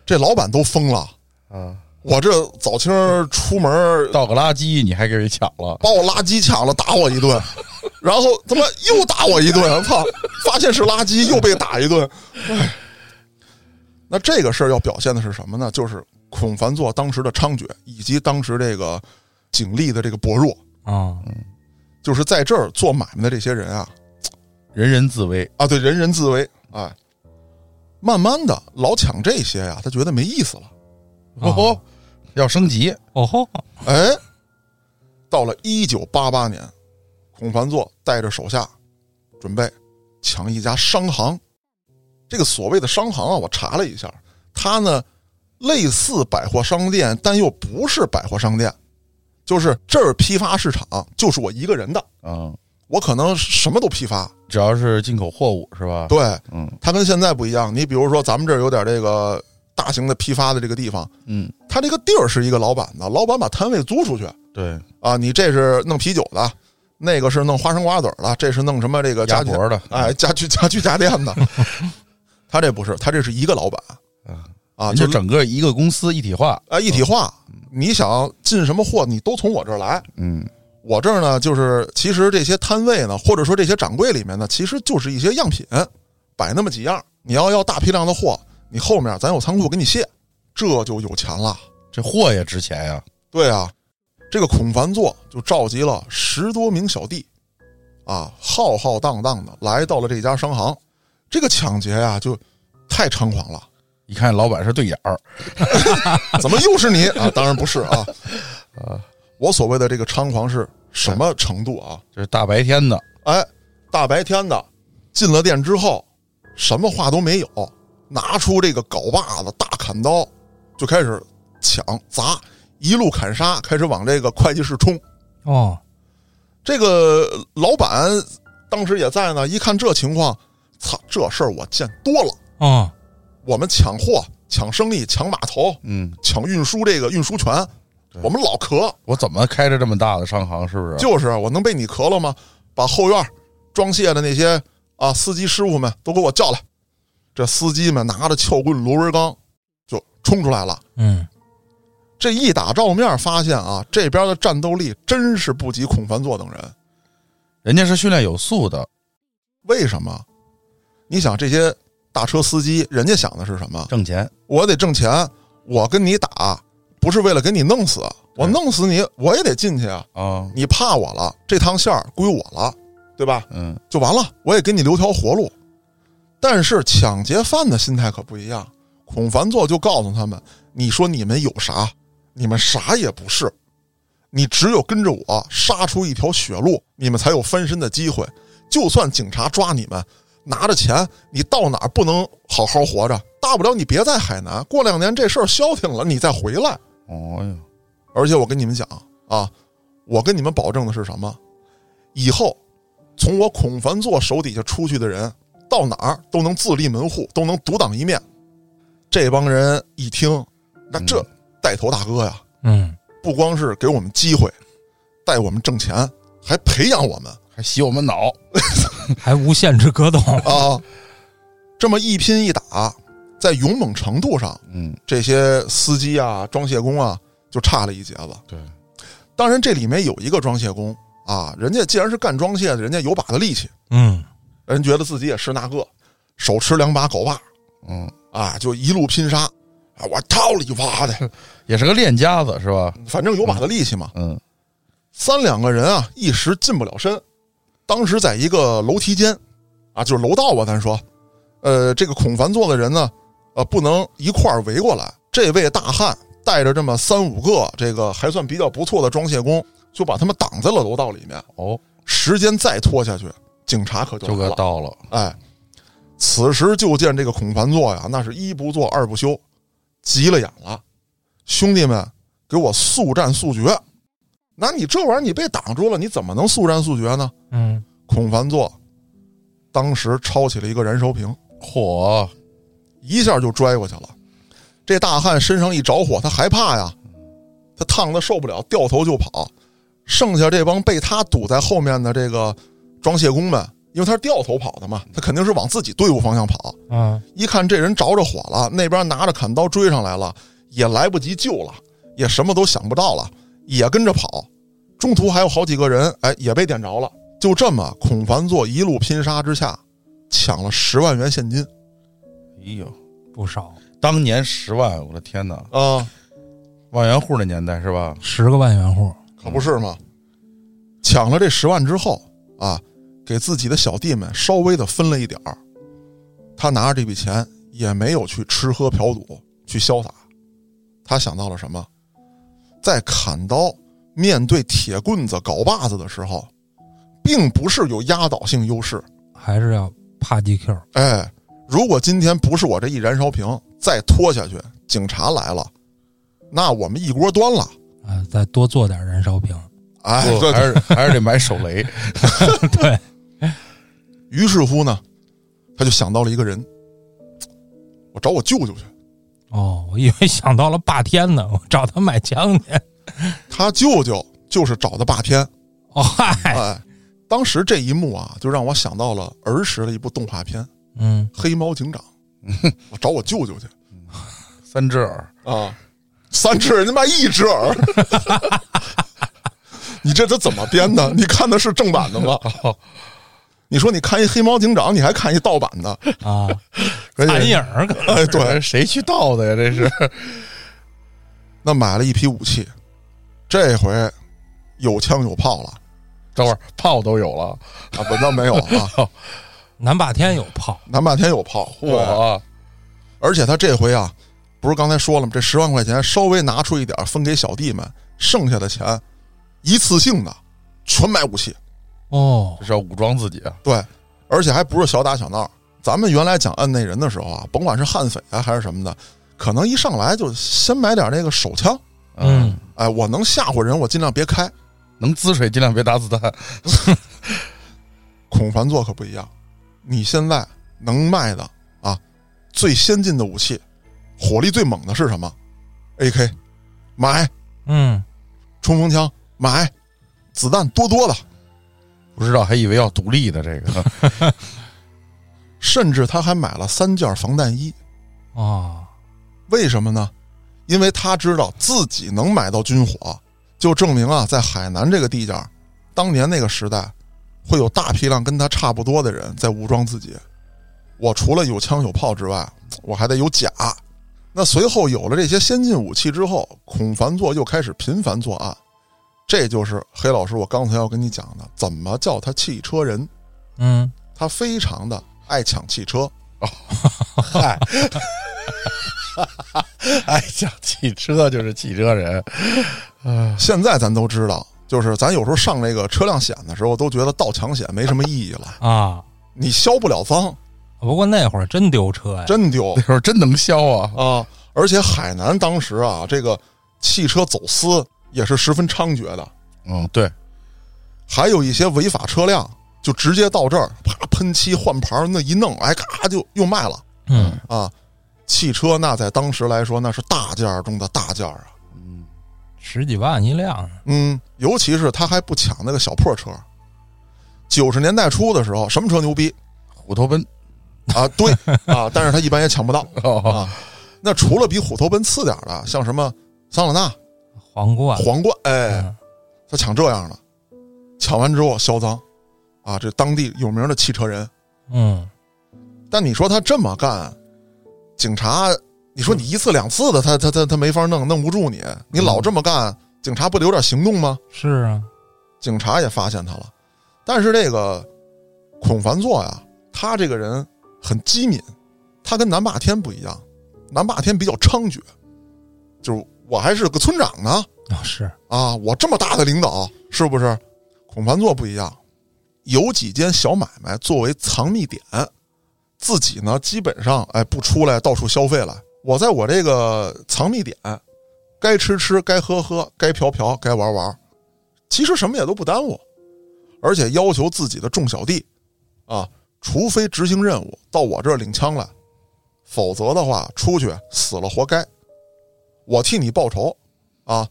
[SPEAKER 1] 这老板都疯了！
[SPEAKER 2] 啊，
[SPEAKER 1] 我这早清儿出门儿
[SPEAKER 2] 倒个垃圾你还给人抢了，
[SPEAKER 1] 把我垃圾抢了，打我一顿，然后他妈又打我一顿，操！发现是垃圾又被打一顿。唉那这个事儿要表现的是什么呢？就是孔凡座当时的猖獗，以及当时这个警力的这个薄弱。
[SPEAKER 2] 嗯
[SPEAKER 3] 啊，
[SPEAKER 1] 就是在这儿做买卖的这些人啊，
[SPEAKER 2] 人人自危，
[SPEAKER 1] 啊，对，人人自危，哎，慢慢的老抢这些呀、他觉得没意思了。
[SPEAKER 2] 哦吼，要升级，
[SPEAKER 3] 哦吼，
[SPEAKER 1] 哎，到了一九八八年，孔凡座带着手下准备抢一家商行。这个所谓的商行啊，我查了一下，它呢类似百货商店，但又不是百货商店，就是这儿批发市场就是我一个人的，
[SPEAKER 2] 嗯，
[SPEAKER 1] 我可能什么都批发。
[SPEAKER 2] 只要是进口货物是吧？
[SPEAKER 1] 对，
[SPEAKER 2] 嗯
[SPEAKER 1] 它跟现在不一样。你比如说，咱们这儿有点这个大型的批发的这个地方，
[SPEAKER 2] 嗯，
[SPEAKER 1] 它这个地儿是一个老板的，老板把摊位租出去，
[SPEAKER 2] 对，
[SPEAKER 1] 啊，你这是弄啤酒的，那个是弄花生瓜子儿的，这是弄什么这个家
[SPEAKER 2] 鸭
[SPEAKER 1] 具
[SPEAKER 2] 脖的，
[SPEAKER 1] 哎家具家具家电 的。他这不是，他这是一个老板
[SPEAKER 2] 啊
[SPEAKER 1] 啊，
[SPEAKER 2] 就
[SPEAKER 1] 就
[SPEAKER 2] 整嗯个一个公司一体化，
[SPEAKER 1] 啊一体化。你想进什么货，你都从我这儿来。
[SPEAKER 2] 嗯
[SPEAKER 1] 我这儿呢，就是其实这些摊位呢，或者说这些掌柜里面呢，其实就是一些样品，摆那么几样。你要要大批量的货，你后面咱有仓库给你卸，这就有钱了。，
[SPEAKER 2] 这货也值钱呀、
[SPEAKER 1] 对啊，这个孔凡座就召集了十多名小弟，啊，浩浩荡荡的来到了这家商行。这个抢劫呀、就太猖狂了。
[SPEAKER 2] 一看老板是对眼儿，
[SPEAKER 1] 怎么又是你啊？当然不是啊， 我所谓的这个猖狂是什么程度啊？
[SPEAKER 2] 这是大白天的，
[SPEAKER 1] 哎，大白天的进了店之后，什么话都没有，拿出这个镐把子、大砍刀，就开始抢砸，一路砍杀，开始往这个会计室冲。
[SPEAKER 3] 哦，
[SPEAKER 1] 这个老板当时也在呢，一看这情况，操，这事儿我见多了。
[SPEAKER 3] 哦，
[SPEAKER 1] 我们抢货、抢生意、抢码头、
[SPEAKER 2] 嗯，
[SPEAKER 1] 抢运输这个运输权，我们老咳，
[SPEAKER 2] 我怎么开着这么大的商行？是不是？
[SPEAKER 1] 就是我能被你咳了吗？把后院装卸的那些啊司机师傅们都给我叫来。这司机们拿着撬棍、螺纹钢就冲出来了。
[SPEAKER 3] 嗯，
[SPEAKER 1] 这一打照面，发现啊，这边的战斗力真是不及孔凡座等人。
[SPEAKER 2] 人家是训练有素的，
[SPEAKER 1] 为什么？你想这些大车司机，人家想的是什么？
[SPEAKER 2] 挣钱，
[SPEAKER 1] 我得挣钱，我跟你打不是为了给你弄死，我弄死你我也得进去啊！
[SPEAKER 2] 啊，
[SPEAKER 1] 你怕我了，这趟线儿归我了，对吧？
[SPEAKER 2] 嗯，
[SPEAKER 1] 就完了，我也给你留条活路。但是抢劫犯的心态可不一样，孔凡座就告诉他们：“你说你们有啥？你们啥也不是，你只有跟着我杀出一条血路，你们才有翻身的机会。就算警察抓你们，拿着钱，你到哪儿不能好好活着？大不了你别在海南，过两年这事儿消停了，你再回来。
[SPEAKER 2] 哦哟，
[SPEAKER 1] 而且我跟你们讲啊，我跟你们保证的是什么？以后从我孔凡座手底下出去的人，到哪儿都能自立门户，都能独当一面。这帮人一听，那这
[SPEAKER 2] 嗯
[SPEAKER 1] 带头大哥呀，
[SPEAKER 3] 嗯，
[SPEAKER 1] 不光是给我们机会，带我们挣钱，还培养我们
[SPEAKER 2] 还洗我们脑，
[SPEAKER 3] 还无限制 格斗，
[SPEAKER 1] 啊！这么一拼一打，在勇猛程度上，
[SPEAKER 2] 嗯，
[SPEAKER 1] 这些司机啊、装卸工啊，就差了一截子。
[SPEAKER 2] 对，
[SPEAKER 1] 当然，这里面有一个装卸工啊，人家既然是干装卸的，人家有把子力气，
[SPEAKER 3] 嗯，
[SPEAKER 1] 人觉得自己也是那个，手持两把镐把
[SPEAKER 2] 嗯，
[SPEAKER 1] 啊，就一路拼杀。啊，我操你妈的！
[SPEAKER 2] 也是个练家子是吧？
[SPEAKER 1] 反正有把子力气嘛。
[SPEAKER 2] 嗯，
[SPEAKER 1] 三两个人啊，一时近不了身。当时在一个楼梯间，啊，就是楼道吧，咱说，呃，这个孔凡座的人呢，呃，不能一块儿围过来。这位大汉带着这么三五个这个还算比较不错的装卸工，就把他们挡在了楼道里面。
[SPEAKER 2] 哦，
[SPEAKER 1] 时间再拖下去，警察可就
[SPEAKER 2] 就
[SPEAKER 1] 来
[SPEAKER 2] 给
[SPEAKER 1] 了。
[SPEAKER 2] 到了，
[SPEAKER 1] 哎，此时就见这个孔凡座呀，那是一不做二不休，急了眼了，兄弟们，给我速战速决！那你这玩意儿你被挡住了，你怎么能速战速决呢？
[SPEAKER 3] 嗯，
[SPEAKER 1] 孔凡座当时抄起了一个燃烧瓶，
[SPEAKER 2] 嚯，
[SPEAKER 1] 一下就拽过去了。这大汉身上一着火，他害怕呀，他烫的受不了，掉头就跑。剩下这帮被他堵在后面的这个装卸工们，因为他是掉头跑的嘛，他肯定是往自己队伍方向跑。
[SPEAKER 3] 啊，
[SPEAKER 1] 一看这人着着火了，那边拿着砍刀追上来了，也来不及救了，也什么都想不到了，也跟着跑。中途还有好几个人，哎，也被点着了。就这么，孔凡座一路拼杀之下，抢了十万元现金
[SPEAKER 2] 哎呦，
[SPEAKER 3] 不少，
[SPEAKER 2] 当年十万，我的天哪，
[SPEAKER 1] 啊、
[SPEAKER 2] 万元户那年代是吧？
[SPEAKER 3] 十个万元户，
[SPEAKER 1] 可不是嘛。抢了这十万之后啊，给自己的小弟们稍微的分了一点儿。他拿着这笔钱也没有去吃喝嫖赌去潇洒，他想到了什么？在砍刀面对铁棍子、镐把子的时候，并不是有压倒性优势。
[SPEAKER 3] 还是要怕 DQ，
[SPEAKER 1] 哎，如果今天不是我这一燃烧瓶再拖下去，警察来了，那我们一锅端了。
[SPEAKER 3] 啊，再多做点燃烧瓶，
[SPEAKER 1] 哎，
[SPEAKER 2] 不
[SPEAKER 1] 对
[SPEAKER 2] 还是还是得买手雷，
[SPEAKER 3] 对，
[SPEAKER 1] 于是乎呢，他就想到了一个人，我找我舅舅去。
[SPEAKER 3] 哦，我以为想到了霸天呢， 我找他买枪去，
[SPEAKER 1] 他舅舅就是找的霸天。
[SPEAKER 3] 哦嗨，
[SPEAKER 1] 哎，当时这一幕啊，就让我想到了儿时的一部动画片《
[SPEAKER 3] 嗯，
[SPEAKER 1] 黑猫警长》。我找我舅舅去
[SPEAKER 2] 三只耳，
[SPEAKER 1] 啊，三只人家卖一只耳， 你这都怎么编的？你看的是正版的吗？你说你看一黑猫警长，你还看一盗版的？
[SPEAKER 3] 啊，
[SPEAKER 2] 而
[SPEAKER 3] 残
[SPEAKER 2] 且
[SPEAKER 3] 影儿可能
[SPEAKER 1] 哎，对，
[SPEAKER 2] 谁去盗的呀？这是，
[SPEAKER 1] 那买了一批武器，这回有枪有炮了，
[SPEAKER 2] 等会儿炮都有了，
[SPEAKER 1] 啊，本藏没有啊，
[SPEAKER 3] 南霸天有炮，
[SPEAKER 1] 南霸天有炮，对
[SPEAKER 2] 嚯！
[SPEAKER 1] 而且他这回啊，不是刚才说了吗？这十万块钱稍微拿出一点儿分给小弟们，剩下的钱一次性的全买武器，
[SPEAKER 3] 哦，
[SPEAKER 2] 这是要武装自己啊！
[SPEAKER 1] 对，而且还不是小打小闹。咱们原来讲按内人的时候啊，甭管是悍匪啊还是什么的，可能一上来就先买点那个手枪，
[SPEAKER 3] 嗯，
[SPEAKER 1] 哎，我能吓唬人，我尽量别开。
[SPEAKER 2] 能滋水尽量别打子弹。
[SPEAKER 1] 孔凡座可不一样，你现在能卖的啊，最先进的武器，火力最猛的是什么？AK，买
[SPEAKER 3] 嗯，
[SPEAKER 1] 冲锋枪，买子弹多多的，
[SPEAKER 2] 不知道还以为要独立的这个，
[SPEAKER 1] 甚至他还买了三件防弹衣。
[SPEAKER 3] 哦，
[SPEAKER 1] 为什么呢？因为他知道自己能买到军火，就证明啊，在海南这个地界儿，当年那个时代，会有大批量跟他差不多的人在武装自己。我除了有枪有炮之外，我还得有甲。那随后有了这些先进武器之后，孔凡座又开始频繁作案。这就是黑老师我刚才要跟你讲的，怎么叫他汽车人？
[SPEAKER 3] 嗯，
[SPEAKER 1] 他非常的爱抢汽车。
[SPEAKER 2] 嗨， 哎，讲汽车就是汽车人，
[SPEAKER 1] 现在咱都知道，就是咱有时候上这个车辆险的时候，都觉得盗抢险没什么意义了，
[SPEAKER 3] 啊，
[SPEAKER 1] 你消不了赃，
[SPEAKER 3] 不过那会儿真丢车呀，
[SPEAKER 1] 真丢
[SPEAKER 2] 那时候真能削啊！
[SPEAKER 1] 啊！而且海南当时啊，这个汽车走私也是十分猖獗的，
[SPEAKER 2] 嗯，对，
[SPEAKER 1] 还有一些违法车辆就直接到这儿，啪喷漆换牌儿，那一弄，哎，咔就又卖了
[SPEAKER 3] 嗯，
[SPEAKER 1] 啊！汽车那在当时来说，那是大件儿中的大件儿啊，
[SPEAKER 2] 嗯，
[SPEAKER 3] 十几万一辆，
[SPEAKER 1] 嗯，尤其是他还不抢那个小破车。九十年代初的时候，什么车牛逼？
[SPEAKER 2] 虎头奔
[SPEAKER 1] 啊，对啊，但是他一般也抢不到
[SPEAKER 2] 哦，
[SPEAKER 1] 啊。那除了比虎头奔次点儿的，像什么桑塔纳、
[SPEAKER 3] 皇冠，
[SPEAKER 1] 皇冠，哎，
[SPEAKER 3] 啊嗯
[SPEAKER 1] 他抢这样的，抢完之后销赃，啊，这当地有名的汽车人。
[SPEAKER 3] 嗯，
[SPEAKER 1] 但你说他这么干，警察，你说你一次两次的，他他他他没法弄，弄不住你，你老这么干，警察不留点行动吗？
[SPEAKER 3] 是啊，
[SPEAKER 1] 警察也发现他了，但是这个孔凡座呀，他这个人很机敏，他跟南霸天不一样，南霸天比较猖獗，就是我还是个村长呢
[SPEAKER 3] 啊是，
[SPEAKER 1] 啊，我这么大的领导是不是？孔凡座不一样，有几间小买卖作为藏匿点，自己呢基本上哎不出来到处消费了，我在我这个藏匿点，该吃吃，该喝喝，该嫖嫖，该玩玩，其实什么也都不耽误，而且要求自己的众小弟，啊，除非执行任务到我这儿领枪来，否则的话出去死了活该，我替你报仇，啊，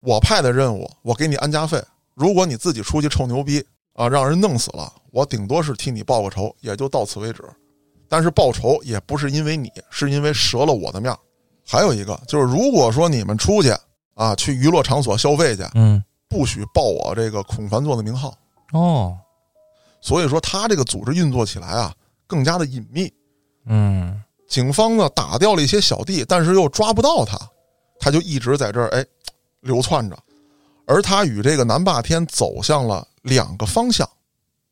[SPEAKER 1] 我派的任务我给你安家费，如果你自己出去臭牛逼啊，让人弄死了，我顶多是替你报个仇，也就到此为止。但是报仇也不是因为你，是因为折了我的面儿。还有一个就是，如果说你们出去啊，去娱乐场所消费去，
[SPEAKER 3] 嗯，
[SPEAKER 1] 不许报我这个孔凡座的名号。
[SPEAKER 3] 哦，
[SPEAKER 1] 所以说，他这个组织运作起来啊，更加的隐秘。
[SPEAKER 3] 嗯，
[SPEAKER 1] 警方呢打掉了一些小弟，但是又抓不到他，他就一直在这儿哎流窜着。而他与这个南霸天走向了两个方向，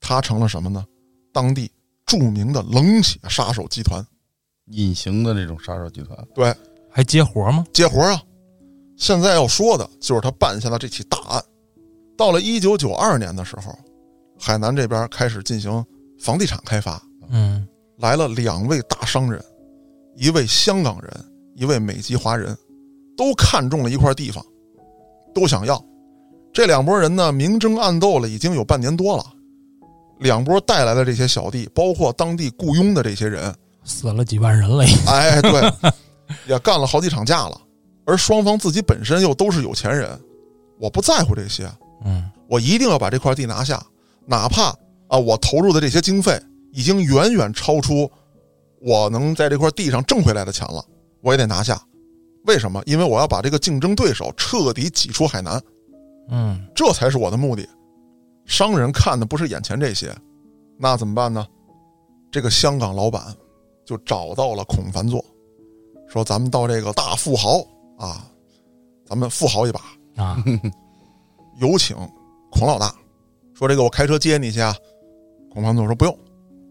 [SPEAKER 1] 他成了什么呢？当地著名的冷血杀手集团。
[SPEAKER 2] 隐形的那种杀手集团，
[SPEAKER 1] 对，
[SPEAKER 3] 还接活吗？
[SPEAKER 1] 接活啊！现在要说的就是他办下了这起大案。到了一九九二年的时候，海南这边开始进行房地产开发，
[SPEAKER 3] 嗯，
[SPEAKER 1] 来了两位大商人，一位香港人，一位美籍华人，都看中了一块地方，都想要。这两拨人呢，明争暗斗了已经有半年多了。两拨带来的这些小弟，包括当地雇佣的这些人，
[SPEAKER 3] 死了几万人了已经，
[SPEAKER 1] 哎，对， 也干了好几场架了。而双方自己本身又都是有钱人，我不在乎这些，
[SPEAKER 3] 嗯，
[SPEAKER 1] 我一定要把这块地拿下，哪怕啊，我投入的这些经费已经远远超出我能在这块地上挣回来的钱了，我也得拿下。为什么？因为我要把这个竞争对手彻底挤出海南，
[SPEAKER 3] 嗯，
[SPEAKER 1] 这才是我的目的。商人看的不是眼前这些，那怎么办呢？这个香港老板就找到了孔凡座，说：“咱们到这个大富豪啊， 咱们富豪一把，
[SPEAKER 3] 啊，
[SPEAKER 1] 有请孔老大。说这个我开车接你去啊。孔胖子说不用，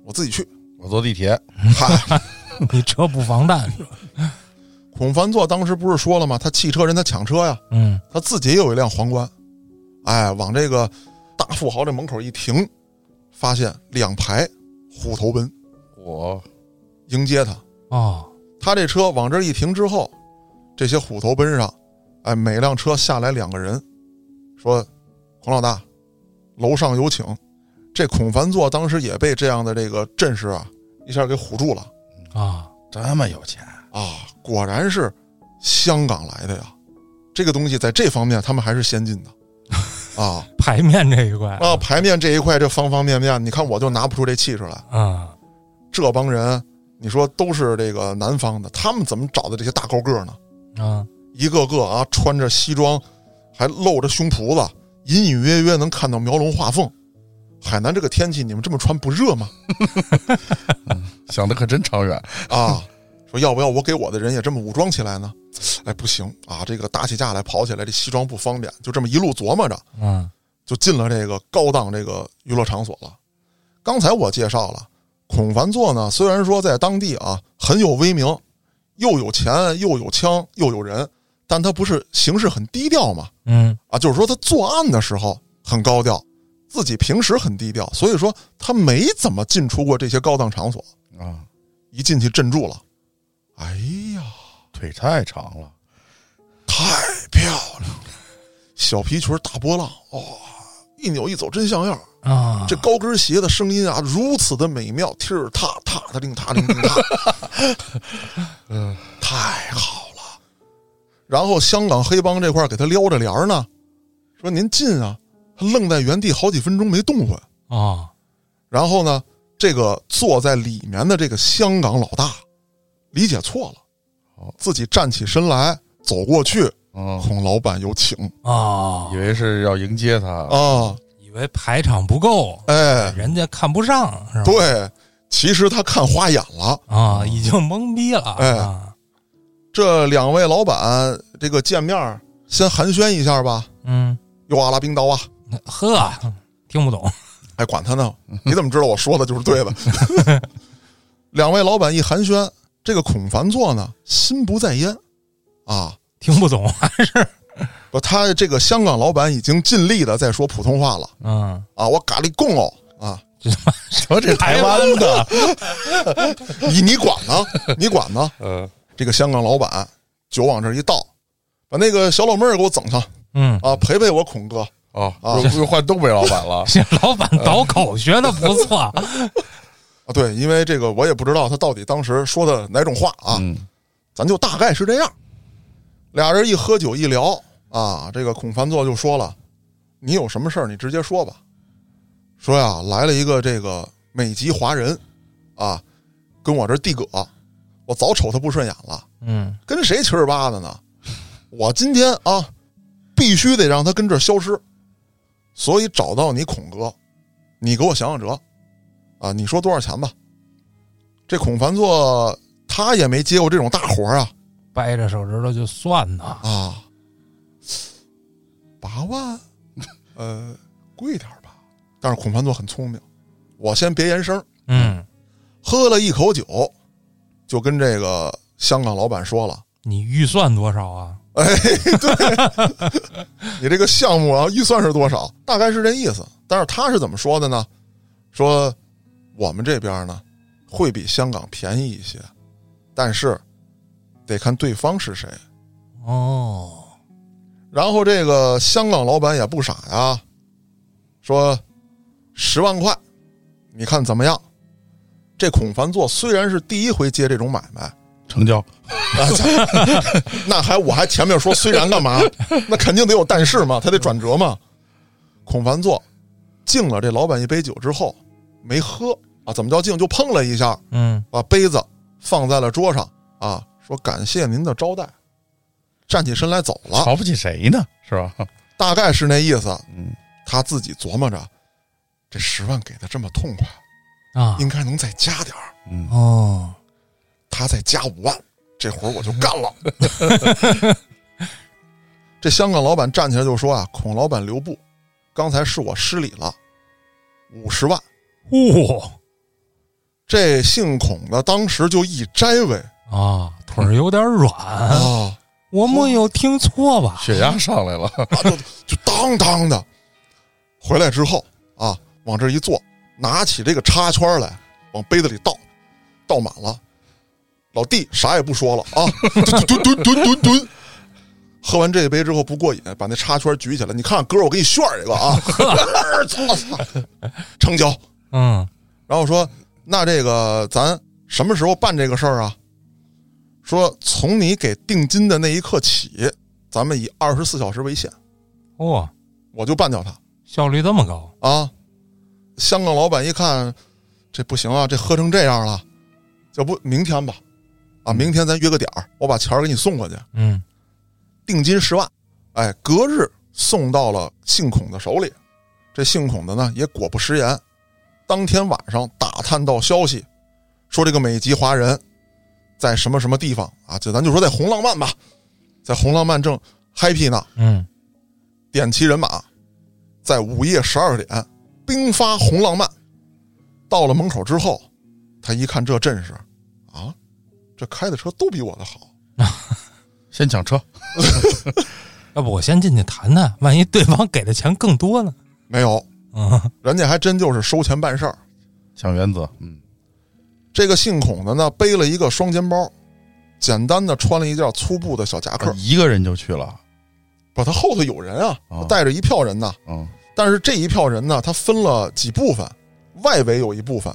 [SPEAKER 1] 我自己去。
[SPEAKER 2] 我坐地铁，
[SPEAKER 1] 嗨，
[SPEAKER 3] 你车不防弹，
[SPEAKER 1] 孔繁座当时不是说了吗？他汽车人他抢车呀，
[SPEAKER 3] 嗯
[SPEAKER 1] 他自己也有一辆皇冠，哎，往这个大富豪这门口一停，发现两排虎头奔
[SPEAKER 2] 我
[SPEAKER 1] 迎接他。
[SPEAKER 3] 哦，
[SPEAKER 1] 他这车往这一停之后，这些虎头奔上，哎，每辆车下来两个人，说：“孔老大，楼上有请。”这孔繁座当时也被这样的这个阵势啊，一下给唬住了
[SPEAKER 3] 啊，
[SPEAKER 2] 这么有钱，
[SPEAKER 1] 啊！果然是香港来的呀，这个东西在这方面他们还是先进的啊
[SPEAKER 3] 牌面这一块
[SPEAKER 1] 啊！牌面这一块，这方方面面，你看我就拿不出这气势来。
[SPEAKER 3] 啊，
[SPEAKER 1] 这帮人，你说都是这个南方的，他们怎么找的这些大高个呢？
[SPEAKER 3] 啊，
[SPEAKER 1] 一个个啊穿着西装，还露着胸脯子，隐隐约约能看到描龙画凤。海南这个天气，你们这么穿不热吗？
[SPEAKER 2] 想的可真长远。
[SPEAKER 1] 啊，说要不要我给我的人也这么武装起来呢？哎，不行啊，这个打起架来跑起来，这西装不方便。就这么一路琢磨着，
[SPEAKER 3] 嗯
[SPEAKER 1] 就进了这个高档这个娱乐场所了。刚才我介绍了，孔凡座呢，虽然说在当地啊很有威名，又有钱又有枪又有人，但他不是行事很低调嘛？
[SPEAKER 3] 嗯
[SPEAKER 1] 啊，就是说他作案的时候很高调，自己平时很低调，所以说他没怎么进出过这些高档场所。
[SPEAKER 2] 啊，
[SPEAKER 1] 一进去镇住了，哎呀，
[SPEAKER 2] 腿太长了，
[SPEAKER 1] 太漂亮了！小皮裙儿大波浪，哇、一扭一走真像样儿。
[SPEAKER 3] 啊，
[SPEAKER 1] 这高跟鞋的声音啊，如此的美妙，踢儿踏踏踏令踏令令踏，嗯，太好了。然后香港黑帮这块儿给他撩着帘儿呢，说您进啊，他愣在原地好几分钟没动弹。
[SPEAKER 3] 啊
[SPEAKER 1] 然后呢，这个坐在里面的这个香港老大理解错了
[SPEAKER 2] 哦，
[SPEAKER 1] 自己站起身来走过去，
[SPEAKER 2] 嗯，
[SPEAKER 1] 孔老板有请
[SPEAKER 3] 啊
[SPEAKER 2] 以，为是要迎接他，
[SPEAKER 1] 啊，
[SPEAKER 3] 以为排场不够，
[SPEAKER 1] 哎，
[SPEAKER 3] 人家看不上是吧？
[SPEAKER 1] 对，其实他看花眼了。
[SPEAKER 3] 啊，已经懵逼了，
[SPEAKER 1] 哎
[SPEAKER 3] 啊，
[SPEAKER 1] 这两位老板这个见面儿先寒暄一下吧。
[SPEAKER 3] 嗯，
[SPEAKER 1] 哟，阿拉冰刀啊，
[SPEAKER 3] 呵，听不懂，
[SPEAKER 1] 哎，管他呢，你怎么知道我说的就是对的？两位老板一寒暄，这个孔繁座呢，心不在焉啊，
[SPEAKER 3] 听不懂，
[SPEAKER 1] 不，他这个香港老板已经尽力的在说普通话了
[SPEAKER 3] 嗯，
[SPEAKER 1] 啊，我咖喱贡哦啊，
[SPEAKER 2] 瞧这台湾的，
[SPEAKER 1] 你你管呢？你管呢？
[SPEAKER 2] 嗯，
[SPEAKER 1] 这个香港老板酒往这一倒，把那个小老妹儿给我整上
[SPEAKER 3] 嗯，，
[SPEAKER 1] 啊，陪陪我孔哥。
[SPEAKER 2] 哦，
[SPEAKER 1] 啊
[SPEAKER 2] 又又换东北老板 了
[SPEAKER 3] 这老板倒口学的不 错，
[SPEAKER 1] 啊，对，因为这个我也不知道他到底当时说的哪种话啊，
[SPEAKER 2] 嗯
[SPEAKER 1] 咱就大概是这样。俩人一喝酒一聊啊，这个孔繁座就说了：“你有什么事儿你直接说吧。”说呀，来了一个这个美籍华人啊，跟我这儿递葛，我早瞅他不顺眼了，
[SPEAKER 3] 嗯
[SPEAKER 1] 跟谁七儿八的呢？我今天啊，必须得让他跟这儿消失，所以找到你孔哥，你给我想想辙啊！你说多少钱吧？这孔凡座他也没接过这种大活儿啊
[SPEAKER 3] 掰着手指头就算呐，
[SPEAKER 1] 啊，八万，呃，贵点儿吧。但是孔凡座很聪明，我先别言声，
[SPEAKER 3] 嗯，
[SPEAKER 1] 喝了一口酒，就跟这个香港老板说了。
[SPEAKER 3] 你预算多少啊？
[SPEAKER 1] 你这个项目啊，预算是多少？大概是这意思。但是他是怎么说的呢？说我们这边呢会比香港便宜一些，但是得看对方是谁。
[SPEAKER 3] 哦，
[SPEAKER 1] 然后这个香港老板也不傻呀，说十万块，你看怎么样？这孔繁座虽然是第一回接这种买卖，
[SPEAKER 2] 成交，
[SPEAKER 1] 啊，操那还我还前面说虽然干嘛，那肯定得有但是嘛，他得转折嘛。孔凡座敬了这老板一杯酒之后，没喝啊，怎么叫敬？就碰了一下，
[SPEAKER 3] 嗯，
[SPEAKER 1] 把杯子放在了桌上啊，说感谢您的招待，站起身来走了，
[SPEAKER 2] 瞧不起谁呢？是吧？
[SPEAKER 1] 大概是那意思。
[SPEAKER 2] 嗯，
[SPEAKER 1] 他自己琢磨着，这十万给的这么痛快，
[SPEAKER 3] 啊，
[SPEAKER 1] 应该能再加点儿，
[SPEAKER 2] 嗯，
[SPEAKER 3] 哦，
[SPEAKER 1] 他再加五万，这活儿我就干了。这香港老板站起来就说啊：“孔老板留步，刚才是我失礼了，五十万。
[SPEAKER 3] 哇
[SPEAKER 1] 这姓孔的当时就一摘尾
[SPEAKER 3] 啊，腿儿有点
[SPEAKER 1] 啊
[SPEAKER 3] 软，我没有听错吧？
[SPEAKER 2] 血压上来了，
[SPEAKER 1] 啊就就当当的。回来之后啊，往这一坐，拿起这个插圈来，往杯子里倒，倒满了。老弟啥也不说了啊，蹲蹲蹲蹲蹲。喝完这一杯之后不过瘾，把那插圈举起来，你看哥，我给你炫一个啊！操操，成交。
[SPEAKER 3] 嗯
[SPEAKER 1] 然后说：“那这个咱什么时候办这个事儿啊？”说：“从你给定金的那一刻起，咱们以二十四小时为限，
[SPEAKER 3] 哇，
[SPEAKER 1] 我就办掉他
[SPEAKER 3] 哦效率这么高，
[SPEAKER 1] 啊！”香港老板一看，这不行啊，这喝成这样了，要不明天吧？啊，明天咱约个点儿，我把钱儿给你送过去，
[SPEAKER 3] 嗯
[SPEAKER 1] 定金十万。哎，隔日送到了姓孔的手里。这姓孔的呢，也果不食言，当天晚上打探到消息，说这个美籍华人在什么什么地方啊，就咱就说在红浪漫吧，在红浪漫正 happy 呢，
[SPEAKER 3] 嗯，
[SPEAKER 1] 点齐人马，在午夜十二点兵发红浪漫。到了门口之后，他一看这阵势，啊，这开的车都比我的好，
[SPEAKER 2] 先抢车，
[SPEAKER 3] 要不我先进去谈谈，万一对方给的钱更多呢？
[SPEAKER 1] 没有，
[SPEAKER 3] 嗯
[SPEAKER 1] 人家还真就是收钱办事儿。
[SPEAKER 2] 抢原则，嗯，
[SPEAKER 1] 这个姓孔的呢，背了一个双肩包，简单的穿了一件粗布的小夹克。
[SPEAKER 2] 一个人就去了，
[SPEAKER 1] 不，他后头有人啊，
[SPEAKER 2] 哦
[SPEAKER 1] 他带着一票人呢。
[SPEAKER 2] 嗯，
[SPEAKER 1] 但是这一票人呢，他分了几部分，外围有一部分，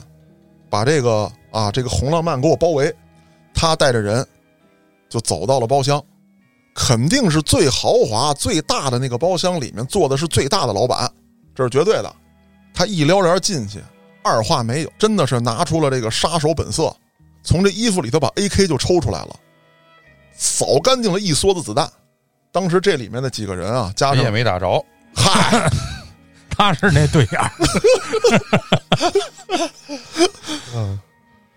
[SPEAKER 1] 把这个啊这个红浪漫给我包围，他带着人就走到了包厢，肯定是最豪华、最大的那个包厢里面坐的是最大的老板，这是绝对的。他一撩帘进去，二话没有，真的是拿出了这个杀手本色，从这衣服里头把 AK 就抽出来了，扫干净了一梭子子弹。当时这里面的几个人啊，加
[SPEAKER 2] 也
[SPEAKER 1] 上
[SPEAKER 2] 没打着，
[SPEAKER 1] 嗨，
[SPEAKER 3] 他是那对眼儿，嗯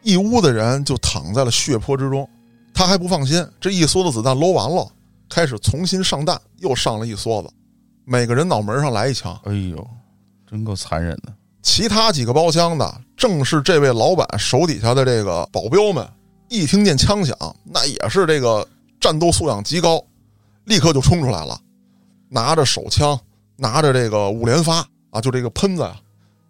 [SPEAKER 1] 一屋的人就躺在了血泊之中。他还不放心，这一梭子子弹搂完了，开始重新上弹，又上了一梭子，每个人脑门上来一枪。
[SPEAKER 2] 哎呦，真够残忍的，
[SPEAKER 1] 其他几个包厢的正是这位老板手底下的这个保镖们，一听见枪响，那也是这个战斗素养极高，立刻就冲出来了，拿着手枪，拿着这个五连发啊，就这个喷子呀、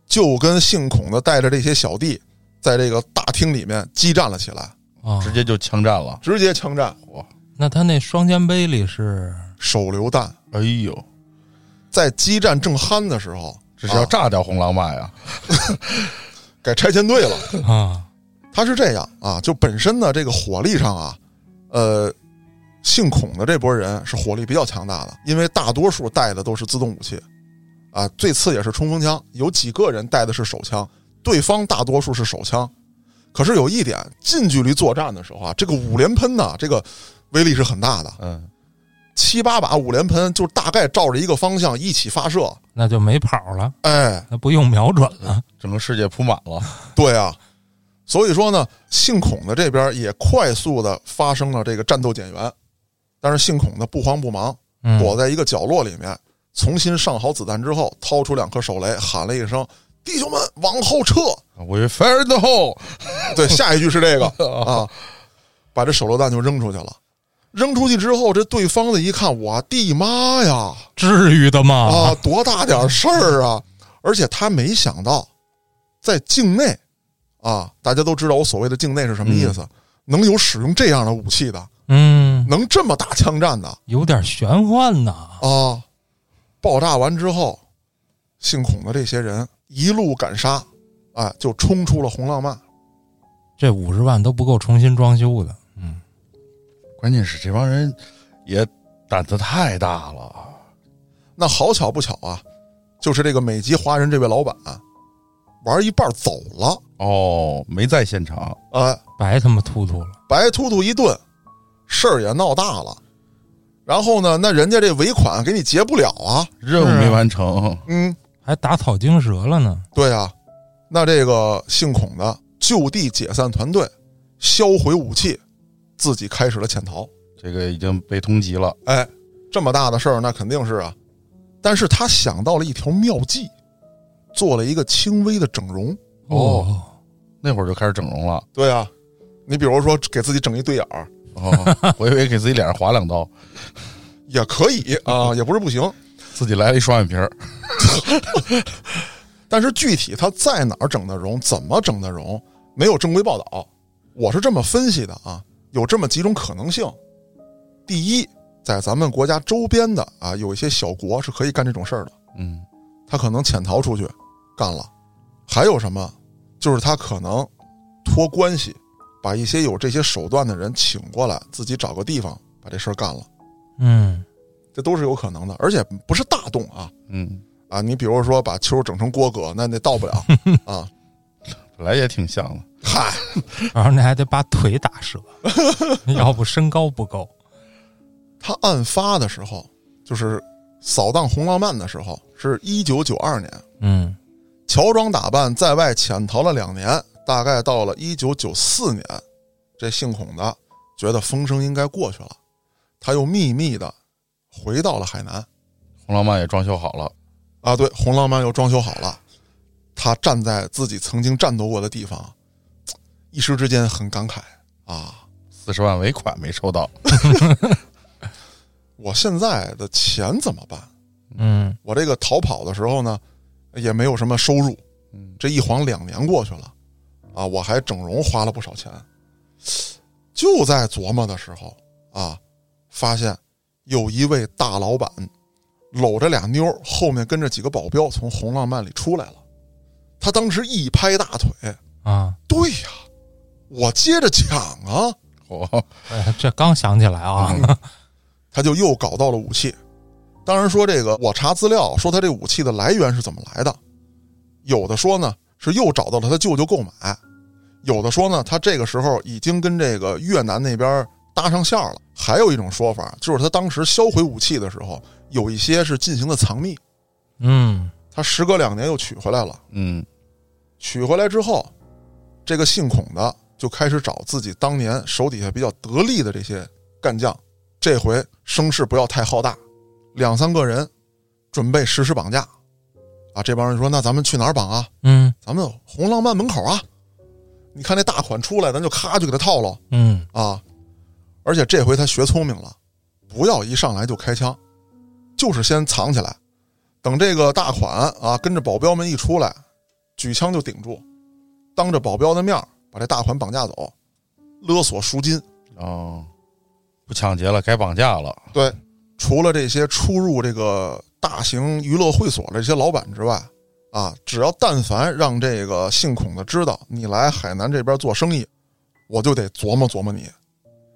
[SPEAKER 1] 就跟姓孔的带着这些小弟，在这个大厅里面激战了起来。
[SPEAKER 3] 啊，
[SPEAKER 2] 直接就枪战了，
[SPEAKER 1] 直接枪战，
[SPEAKER 3] 那他那双肩背里是
[SPEAKER 1] 手榴弹。
[SPEAKER 2] 哎呦，
[SPEAKER 1] 在激战正酣的时候，
[SPEAKER 2] 这是要
[SPEAKER 1] 啊
[SPEAKER 2] 炸掉红狼麦呀，
[SPEAKER 1] 改拆迁队了。
[SPEAKER 3] 啊，
[SPEAKER 1] 他是这样啊，就本身呢这个火力上啊，呃，姓孔的这波人是火力比较强大的，因为大多数带的都是自动武器，啊，最次也是冲锋枪，有几个人带的是手枪，对方大多数是手枪。可是有一点，近距离作战的时候啊，这个五连喷呢，这个威力是很大的，
[SPEAKER 2] 嗯，
[SPEAKER 1] 七八把五连喷就大概照着一个方向一起发射，
[SPEAKER 3] 那就没跑了，
[SPEAKER 1] 哎，
[SPEAKER 3] 那不用瞄准了，
[SPEAKER 2] 整个世界铺满了，
[SPEAKER 1] 对啊，所以说呢，姓孔的这边也快速的发生了这个战斗减员，但是姓孔的不慌不忙，
[SPEAKER 3] 嗯，
[SPEAKER 1] 躲在一个角落里面，重新上好子弹之后，掏出两颗手雷，喊了一声：“弟兄们，往后撤
[SPEAKER 2] 我就 fire in the hole，！”
[SPEAKER 1] 对，下一句是这个啊，把这手榴弹就扔出去了。扔出去之后，这对方的一看，我的妈呀！
[SPEAKER 3] 至于的吗？
[SPEAKER 1] 啊，多大点事儿啊！而且他没想到，在境内啊，大家都知道我所谓的境内是什么意思，能有使用这样的武器的，
[SPEAKER 3] 嗯，
[SPEAKER 1] 能这么打枪战的
[SPEAKER 3] 有点玄幻呐，
[SPEAKER 1] 啊！爆炸完之后，姓孔的这些人一路赶杀，哎，就冲出了红浪漫。
[SPEAKER 3] 这五十万都不够重新装修的，嗯，
[SPEAKER 2] 关键是这帮人也胆子太大了，
[SPEAKER 1] 那好巧不巧啊，就是这个美籍华人这位老板啊玩一半走了，
[SPEAKER 2] 哦，没在现场，
[SPEAKER 1] 哎，
[SPEAKER 3] 白他妈突突了，
[SPEAKER 1] 白突突一顿，事儿也闹大了。然后呢，那人家这尾款给你结不了啊。
[SPEAKER 2] 任务
[SPEAKER 3] 是啊
[SPEAKER 2] 没完成，
[SPEAKER 1] 嗯，
[SPEAKER 3] 还打草惊蛇了呢，
[SPEAKER 1] 对啊。那这个姓孔的就地解散团队，销毁武器，自己开始了潜逃。
[SPEAKER 2] 这个已经被通缉了，
[SPEAKER 1] 哎，这么大的事儿，那肯定是啊。但是他想到了一条妙计，做了一个轻微的整容。
[SPEAKER 3] 哦，
[SPEAKER 2] 那会儿就开始整 容了。
[SPEAKER 1] 对啊，你比如说给自己整一对眼儿
[SPEAKER 2] 哦，我以为给自己脸上划两刀，
[SPEAKER 1] 也可以啊，也不是不行。
[SPEAKER 2] 自己来了一双眼皮儿。
[SPEAKER 1] 但是具体他在哪儿整的容，怎么整的容，没有正规报道。我是这么分析的啊，有这么几种可能性。第一，在咱们国家周边的啊，有一些小国是可以干这种事儿的，
[SPEAKER 2] 嗯，
[SPEAKER 1] 他可能潜逃出去干了。还有什么，就是他可能托关系，把一些有这些手段的人请过来，自己找个地方把这事儿干了，
[SPEAKER 3] 嗯，
[SPEAKER 1] 这都是有可能的，而且不是大动啊
[SPEAKER 2] 嗯，
[SPEAKER 1] 啊！你比如说把秋儿整成郭哥，那那到不了啊。
[SPEAKER 2] 本来也挺像的。
[SPEAKER 1] 嗨，
[SPEAKER 3] 然后那还得把腿打 折，要不身高不够。
[SPEAKER 1] 他案发的时候，就是扫荡红浪漫的时候，是一九九二年。
[SPEAKER 3] 嗯
[SPEAKER 1] 乔装打扮在外潜逃了两年，大概到了一九九四年，这姓孔的觉得风声应该过去了，他又秘密的回到了海南。
[SPEAKER 2] 红浪漫也装修好了，
[SPEAKER 1] 啊，对，红浪漫又装修好了，他站在自己曾经战斗过的地方，一时之间很感慨啊。
[SPEAKER 2] 四十万尾款没收到。
[SPEAKER 1] 我现在的钱怎么办？
[SPEAKER 3] 嗯
[SPEAKER 1] 我这个逃跑的时候呢，也没有什么收入，
[SPEAKER 2] 嗯，
[SPEAKER 1] 这一晃两年过去了，啊，我还整容花了不少钱。就在琢磨的时候啊，发现有一位大老板搂着俩妞儿，后面跟着几个保镖从红浪漫里出来了。他当时一拍大腿，
[SPEAKER 3] 啊，
[SPEAKER 1] 对呀、我接着抢啊！
[SPEAKER 2] 哦，
[SPEAKER 3] 哎这刚想起来啊，
[SPEAKER 1] 他就又搞到了武器。当然说这个，我查资料说他这武器的来源是怎么来的，有的说呢是又找到了他舅舅购买，有的说呢他这个时候已经跟这个越南那边搭上线了，还有一种说法就是他当时销毁武器的时候，有一些是进行了藏匿，
[SPEAKER 3] 嗯
[SPEAKER 1] 他时隔两年又取回来了。
[SPEAKER 2] 嗯，
[SPEAKER 1] 取回来之后，这个姓孔的就开始找自己当年手底下比较得力的这些干将，这回声势不要太浩大，两三个人准备实施绑架。啊，这帮人说：“那咱们去哪儿绑啊？
[SPEAKER 3] 嗯
[SPEAKER 1] 咱们红浪漫门口啊！你看那大款出来，咱就咔就给他套了
[SPEAKER 3] 嗯
[SPEAKER 1] 啊！而且这回他学聪明了，不要一上来就开枪，就是先藏起来，等这个大款啊跟着保镖们一出来，举枪就顶住，当着保镖的面儿把这大款绑架走，勒索赎金。
[SPEAKER 2] 哦，不抢劫了，该绑架了。
[SPEAKER 1] 对，除了这些出入这个大型娱乐会所的这些老板之外，啊，只要但凡让这个姓孔的知道你来海南这边做生意，我就得琢磨琢磨你。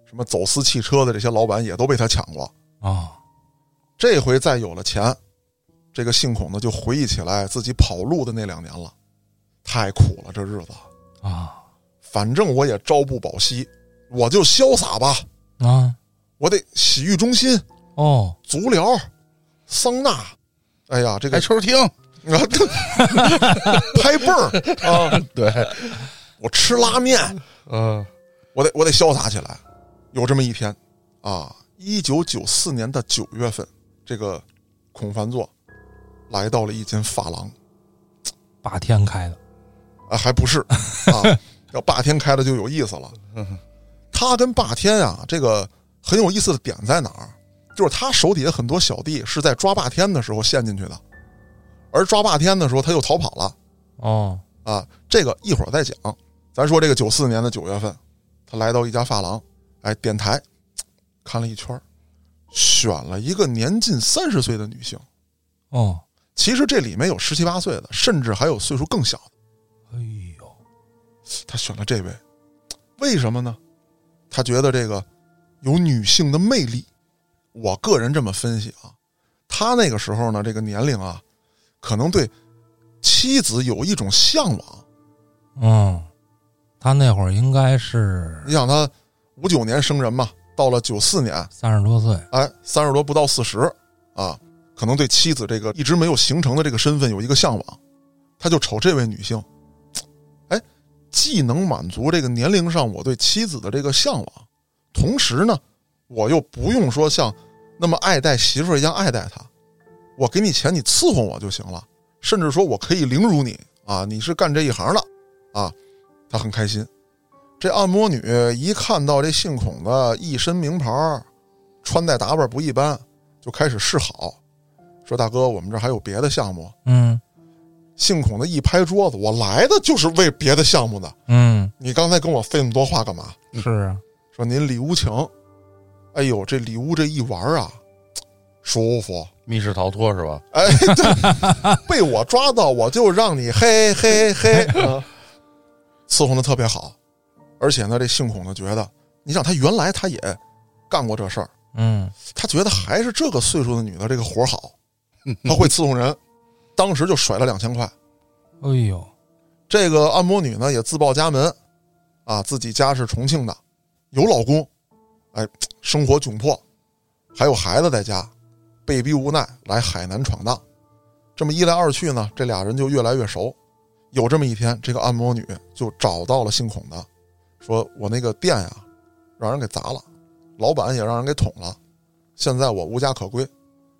[SPEAKER 1] 什么走私汽车的这些老板也都被他抢过，
[SPEAKER 3] 啊，
[SPEAKER 1] 这回再有了钱，这个姓孔的就回忆起来自己跑路的那两年了，太苦了这日子。
[SPEAKER 3] 啊
[SPEAKER 1] 反正我也朝不保夕，我就潇洒吧，
[SPEAKER 3] 啊
[SPEAKER 1] 我得洗浴中心、
[SPEAKER 3] 哦，
[SPEAKER 1] 足疗、桑拿。哎呀，这个
[SPEAKER 2] 哎，哦秋儿听，
[SPEAKER 1] 啊，对拍背儿啊！
[SPEAKER 2] 对，
[SPEAKER 1] 我吃拉面，
[SPEAKER 2] 嗯、
[SPEAKER 1] 我得我得潇洒起来。有这么一天啊，一九九四年的九月份，这个孔繁座来到了一间发廊
[SPEAKER 3] 霸天开的，
[SPEAKER 1] 啊，还不是啊，要霸天开的就有意思了。他跟霸天啊，这个很有意思的点在哪儿？就是他手底下很多小弟是在抓霸天的时候陷进去的，而抓霸天的时候他又逃跑了。
[SPEAKER 3] 哦，
[SPEAKER 1] 啊，这个一会儿再讲。咱说这个九四年的九月份，他来到一家发廊，哎，点台，看了一圈儿，选了一个年近三十岁的女性。
[SPEAKER 3] 哦，
[SPEAKER 1] 其实这里面有十七八岁的，甚至还有岁数更小的。
[SPEAKER 3] 哎呦，
[SPEAKER 1] 他选了这位，为什么呢？他觉得这个有女性的魅力。我个人这么分析啊，他那个时候呢，这个年龄啊，可能对妻子有一种向往。
[SPEAKER 3] 嗯，他那会儿应该是
[SPEAKER 1] 你想他五九年生人嘛，到了九四年，
[SPEAKER 3] 三十多岁，
[SPEAKER 1] 哎，三十多不到四十啊，可能对妻子这个一直没有形成的这个身份有一个向往，他就瞅这位女性，哎，既能满足这个年龄上我对妻子的这个向往，同时呢，我又不用说像那么爱戴媳妇儿一样爱戴她，我给你钱，你伺候我就行了，甚至说我可以凌辱你啊，你是干这一行的啊，他很开心。这按摩女一看到这姓孔的一身名牌儿，穿戴打扮不一般，就开始示好，说大哥，我们这还有别的项目。
[SPEAKER 3] 嗯
[SPEAKER 1] 姓孔的一拍桌子，我来的就是为别的项目的，
[SPEAKER 3] 嗯，
[SPEAKER 1] 你刚才跟我费那么多话干嘛？
[SPEAKER 3] 是啊，
[SPEAKER 1] 说您里屋请，哎呦，这里屋这一玩儿啊，舒服。
[SPEAKER 2] 密室逃脱是 吧？
[SPEAKER 1] 哎， 对，被我抓到，我就让你嘿嘿嘿，嗯伺候的特别好。而且呢，这姓孔的觉得，你想他原来他也干过这事儿，
[SPEAKER 3] 嗯
[SPEAKER 1] 他觉得还是这个岁数的女的这个活儿好，
[SPEAKER 2] 哦
[SPEAKER 1] 他会伺候人，当时就甩了两千块。
[SPEAKER 3] 哎呦，
[SPEAKER 1] 这个按摩女呢也自报家门，啊，自己家是重庆的，有老公，哎，生活窘迫，还有孩子在家，被逼无奈来海南闯荡。这么一来二去呢，这俩人就越来越熟。有这么一天，这个按摩女就找到了姓孔的，说我那个店呀、让人给砸了，老板也让人给捅了，现在我无家可归。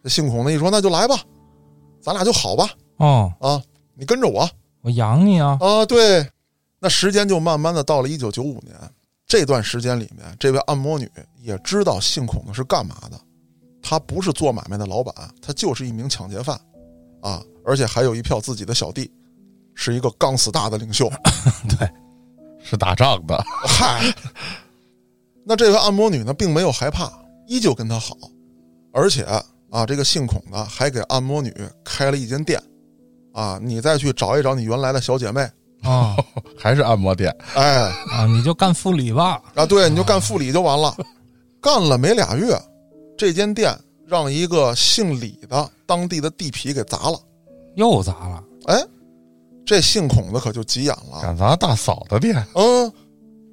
[SPEAKER 1] 这姓孔的一说，那就来吧，咱俩就好吧，
[SPEAKER 3] 哦，
[SPEAKER 1] 啊，你跟着我，
[SPEAKER 3] 我养你啊，
[SPEAKER 1] 啊，对，那时间就慢慢的到了一九九五年，这段时间里面，这位按摩女也知道姓孔的是干嘛的，她不是做买卖的老板，她就是一名抢劫犯，啊，而且还有一票自己的小弟，是一个刚死大的领袖。
[SPEAKER 2] 是打仗的，
[SPEAKER 1] 嗨，那这位按摩女呢，并没有害怕，依旧跟他好，而且啊，这个姓孔的还给按摩女开了一间店，啊，你再去找一找你原来的小姐妹，
[SPEAKER 3] 啊
[SPEAKER 2] 还是按摩店？
[SPEAKER 1] 哎。
[SPEAKER 3] 啊，你就干副理吧，
[SPEAKER 1] 啊，对，你就干副理就完了。干了没俩月，这间店让一个姓李的当地的地痞给砸了。
[SPEAKER 3] 又砸了，
[SPEAKER 1] 哎，这姓孔的可就急眼了。
[SPEAKER 2] 敢砸大嫂的店？
[SPEAKER 1] 嗯，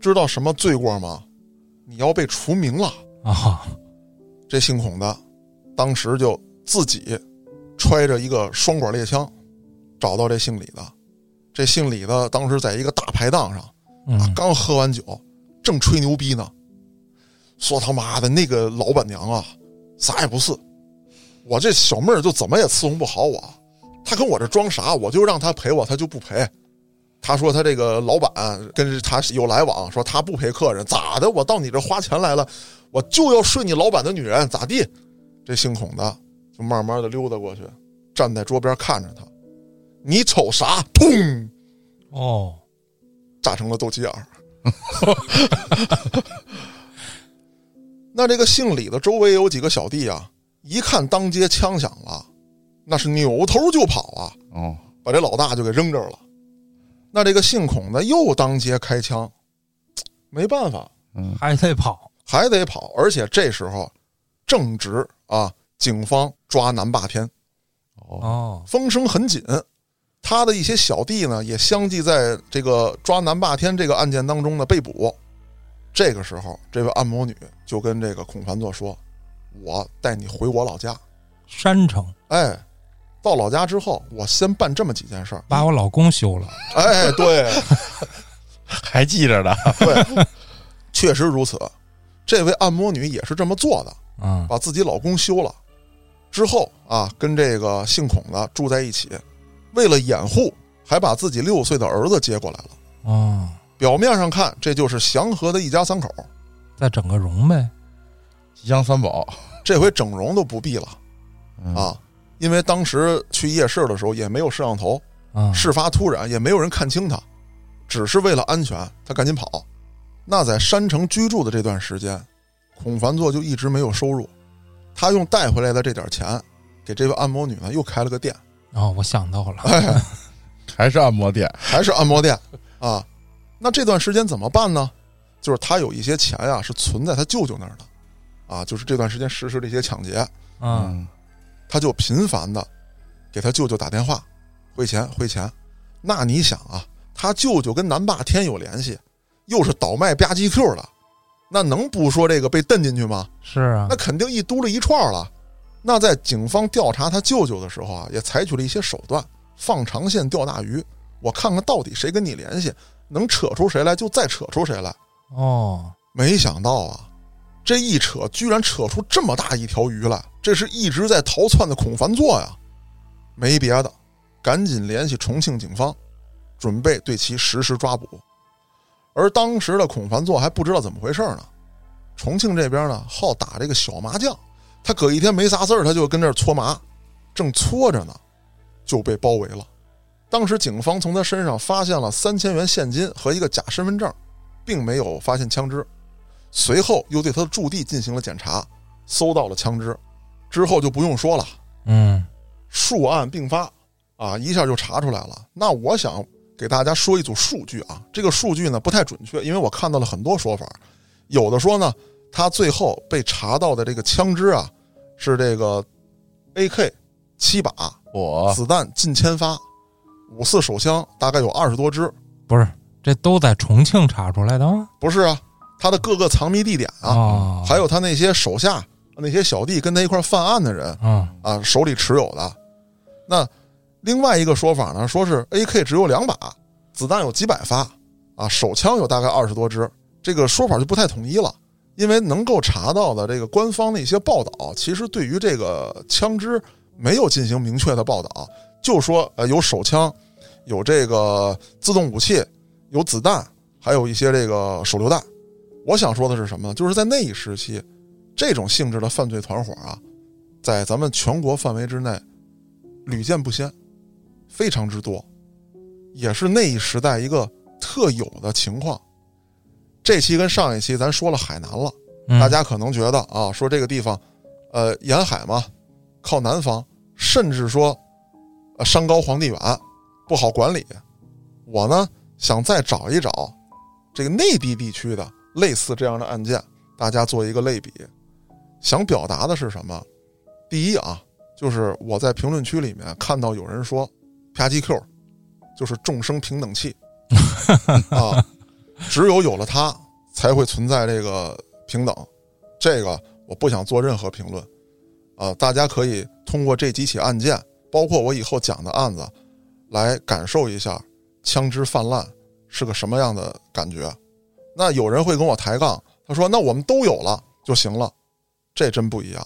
[SPEAKER 1] 知道什么罪过吗？你要被除名了。
[SPEAKER 3] 啊，
[SPEAKER 1] 这姓孔的当时就自己揣着一个双管猎枪，找到这姓李的。这姓李的当时在一个大排档上。
[SPEAKER 3] 嗯
[SPEAKER 1] 啊，刚喝完酒，正吹牛逼呢，说他妈的那个老板娘啊，啥也不是，我这小妹儿就怎么也伺候不好我，她跟我这装啥，我就让她陪我，她就不陪。她说她这个老板跟她有来往，说她不陪客人，咋的？我到你这花钱来了，我就要睡你老板的女人，咋地？这姓孔的就慢慢的溜达过去，站在桌边看着他，你瞅啥？砰！
[SPEAKER 3] 哦，
[SPEAKER 1] 炸成了斗鸡眼儿。那这个姓李的周围有几个小弟啊，一看当街枪响了，那是扭头就跑啊，
[SPEAKER 2] 哦，
[SPEAKER 1] 把这老大就给扔这儿了。那这个姓孔的又当街开枪，没办法，
[SPEAKER 3] 还得跑，
[SPEAKER 1] 还得跑。而且这时候正值啊，警方抓南霸天，
[SPEAKER 3] 哦，
[SPEAKER 1] 风声很紧。他的一些小弟呢，也相继在这个抓南霸天这个案件当中呢被捕。这个时候，这位按摩女就跟这个孔凡作说：“我带你回我老家。
[SPEAKER 3] 山城”
[SPEAKER 1] 哎，到老家之后，我先办这么几件事儿。
[SPEAKER 3] 把我老公休了，
[SPEAKER 1] 哎，对
[SPEAKER 2] 还记着呢。
[SPEAKER 1] 对，确实如此。这位按摩女也是这么做的，
[SPEAKER 3] 嗯
[SPEAKER 1] 把自己老公休了之后啊，跟这个姓孔的住在一起。为了掩护，还把自己六岁的儿子接过来了。
[SPEAKER 3] 哦，
[SPEAKER 1] 表面上看，这就是祥和的一家三口。
[SPEAKER 3] 再整个容呗，
[SPEAKER 2] 吉祥三宝
[SPEAKER 1] 这回整容都不必了，啊，因为当时去夜市的时候也没有摄像头，
[SPEAKER 3] 啊，
[SPEAKER 1] 事发突然，也没有人看清他，只是为了安全，他赶紧跑。那在山城居住的这段时间，孔凡作就一直没有收入，他用带回来的这点钱，给这位按摩女呢又开了个店，
[SPEAKER 3] 哦，我想到了，
[SPEAKER 1] 哎嗯
[SPEAKER 2] 还是按摩店？
[SPEAKER 1] 还是按摩店啊。那这段时间怎么办呢？就是他有一些钱呀、是存在他舅舅那儿的，啊，就是这段时间实施了一些抢劫，
[SPEAKER 3] 嗯，
[SPEAKER 1] 他就频繁的给他舅舅打电话汇钱汇钱。那你想啊，他舅舅跟南霸天有联系，又是倒卖吧唧 Q 的，那能不说这个被蹬进去吗？
[SPEAKER 3] 是啊
[SPEAKER 1] 那，肯定一嘟了一串儿了。那在警方调查他舅舅的时候啊，也采取了一些手段，放长线钓大鱼。我看看到底谁跟你联系，能扯出谁来就再扯出谁来。
[SPEAKER 3] 哦，
[SPEAKER 1] 没想到啊，这一扯居然扯出这么大一条鱼来，这是一直在逃窜的孔凡作呀！没别的，赶紧联系重庆警方，准备对其实施抓捕。而当时的孔凡作还不知道怎么回事呢。重庆这边呢，好打这个小麻将，他隔一天没啥事儿，他就跟这儿搓麻，正搓着呢，就被包围了。当时警方从他身上发现了三千元现金和一个假身份证，并没有发现枪支。随后又对他的驻地进行了检查，搜到了枪支。之后就不用说了，
[SPEAKER 3] 嗯，
[SPEAKER 1] 数案并发啊，一下就查出来了。那我想给大家说一组数据啊，这个数据呢不太准确，因为我看到了很多说法，有的说呢，他最后被查到的这个枪支啊是这个 AK 七把，
[SPEAKER 2] 我
[SPEAKER 1] 子弹近千发，五四手枪大概有二十多支。
[SPEAKER 3] 不是，这都在重庆查出来的吗？
[SPEAKER 1] 不是啊，他的各个藏匿地点啊，
[SPEAKER 3] 哦，
[SPEAKER 1] 还有他那些手下那些小弟跟他一块儿犯案的人，
[SPEAKER 3] 啊，
[SPEAKER 1] 啊手里持有的。那另外一个说法呢，说是 AK 只有两把，子弹有几百发，啊，手枪有大概二十多支，这个说法就不太统一了。因为能够查到的这个官方的一些报道，其实对于这个枪支没有进行明确的报道，就说呃有手枪，有这个自动武器，有子弹，还有一些这个手榴弹。我想说的是什么呢？就是在那一时期，这种性质的犯罪团伙啊，在咱们全国范围之内屡见不鲜，非常之多，也是那一时代一个特有的情况。这期跟上一期咱说了海南了，
[SPEAKER 3] 嗯
[SPEAKER 1] 大家可能觉得啊，说这个地方，呃，沿海嘛，靠南方，甚至说，呃，山高皇帝远，不好管理。我呢想再找一找这个内地地区的类似这样的案件，大家做一个类比。想表达的是什么？第一啊，就是我在评论区里面看到有人说“啪叽 Q”，就是众生平等气啊，只有有了它，才会存在这个平等。这个我不想做任何评论啊，大家可以通过这几起案件，包括我以后讲的案子，来感受一下枪支泛滥是个什么样的感觉。那有人会跟我抬杠，他说：“那我们都有了就行了。”这真不一样。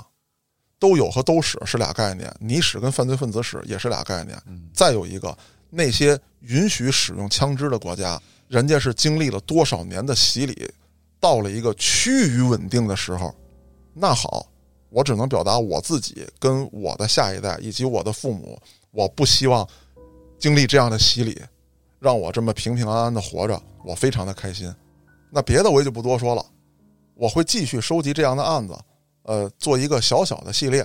[SPEAKER 1] 都有和都使是俩概念，你使跟犯罪分子使也是俩概念。再有一个，那些允许使用枪支的国家，人家是经历了多少年的洗礼，到了一个趋于稳定的时候。那好，我只能表达我自己跟我的下一代以及我的父母，我不希望经历这样的洗礼，让我这么平平安安的活着，我非常的开心。那别的我也就不多说了，我会继续收集这样的案子，呃，做一个小小的系列。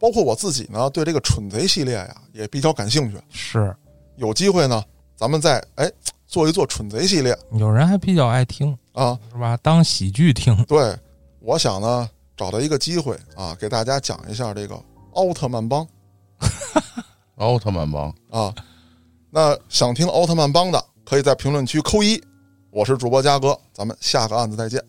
[SPEAKER 1] 包括我自己呢，对这个蠢贼系列呀也比较感兴趣。
[SPEAKER 3] 嗯是
[SPEAKER 1] 有机会呢，咱们再哎做一做蠢贼系列
[SPEAKER 3] 有人还比较爱听，
[SPEAKER 1] 啊。
[SPEAKER 3] 是吧？当喜剧听，
[SPEAKER 1] 对，我想呢找到一个机会啊，给大家讲一下这个奥特曼帮
[SPEAKER 2] 奥特曼帮，
[SPEAKER 1] 啊。那想听奥特曼帮的，可以在评论区扣一。我是主播嘉哥，咱们下个案子再见。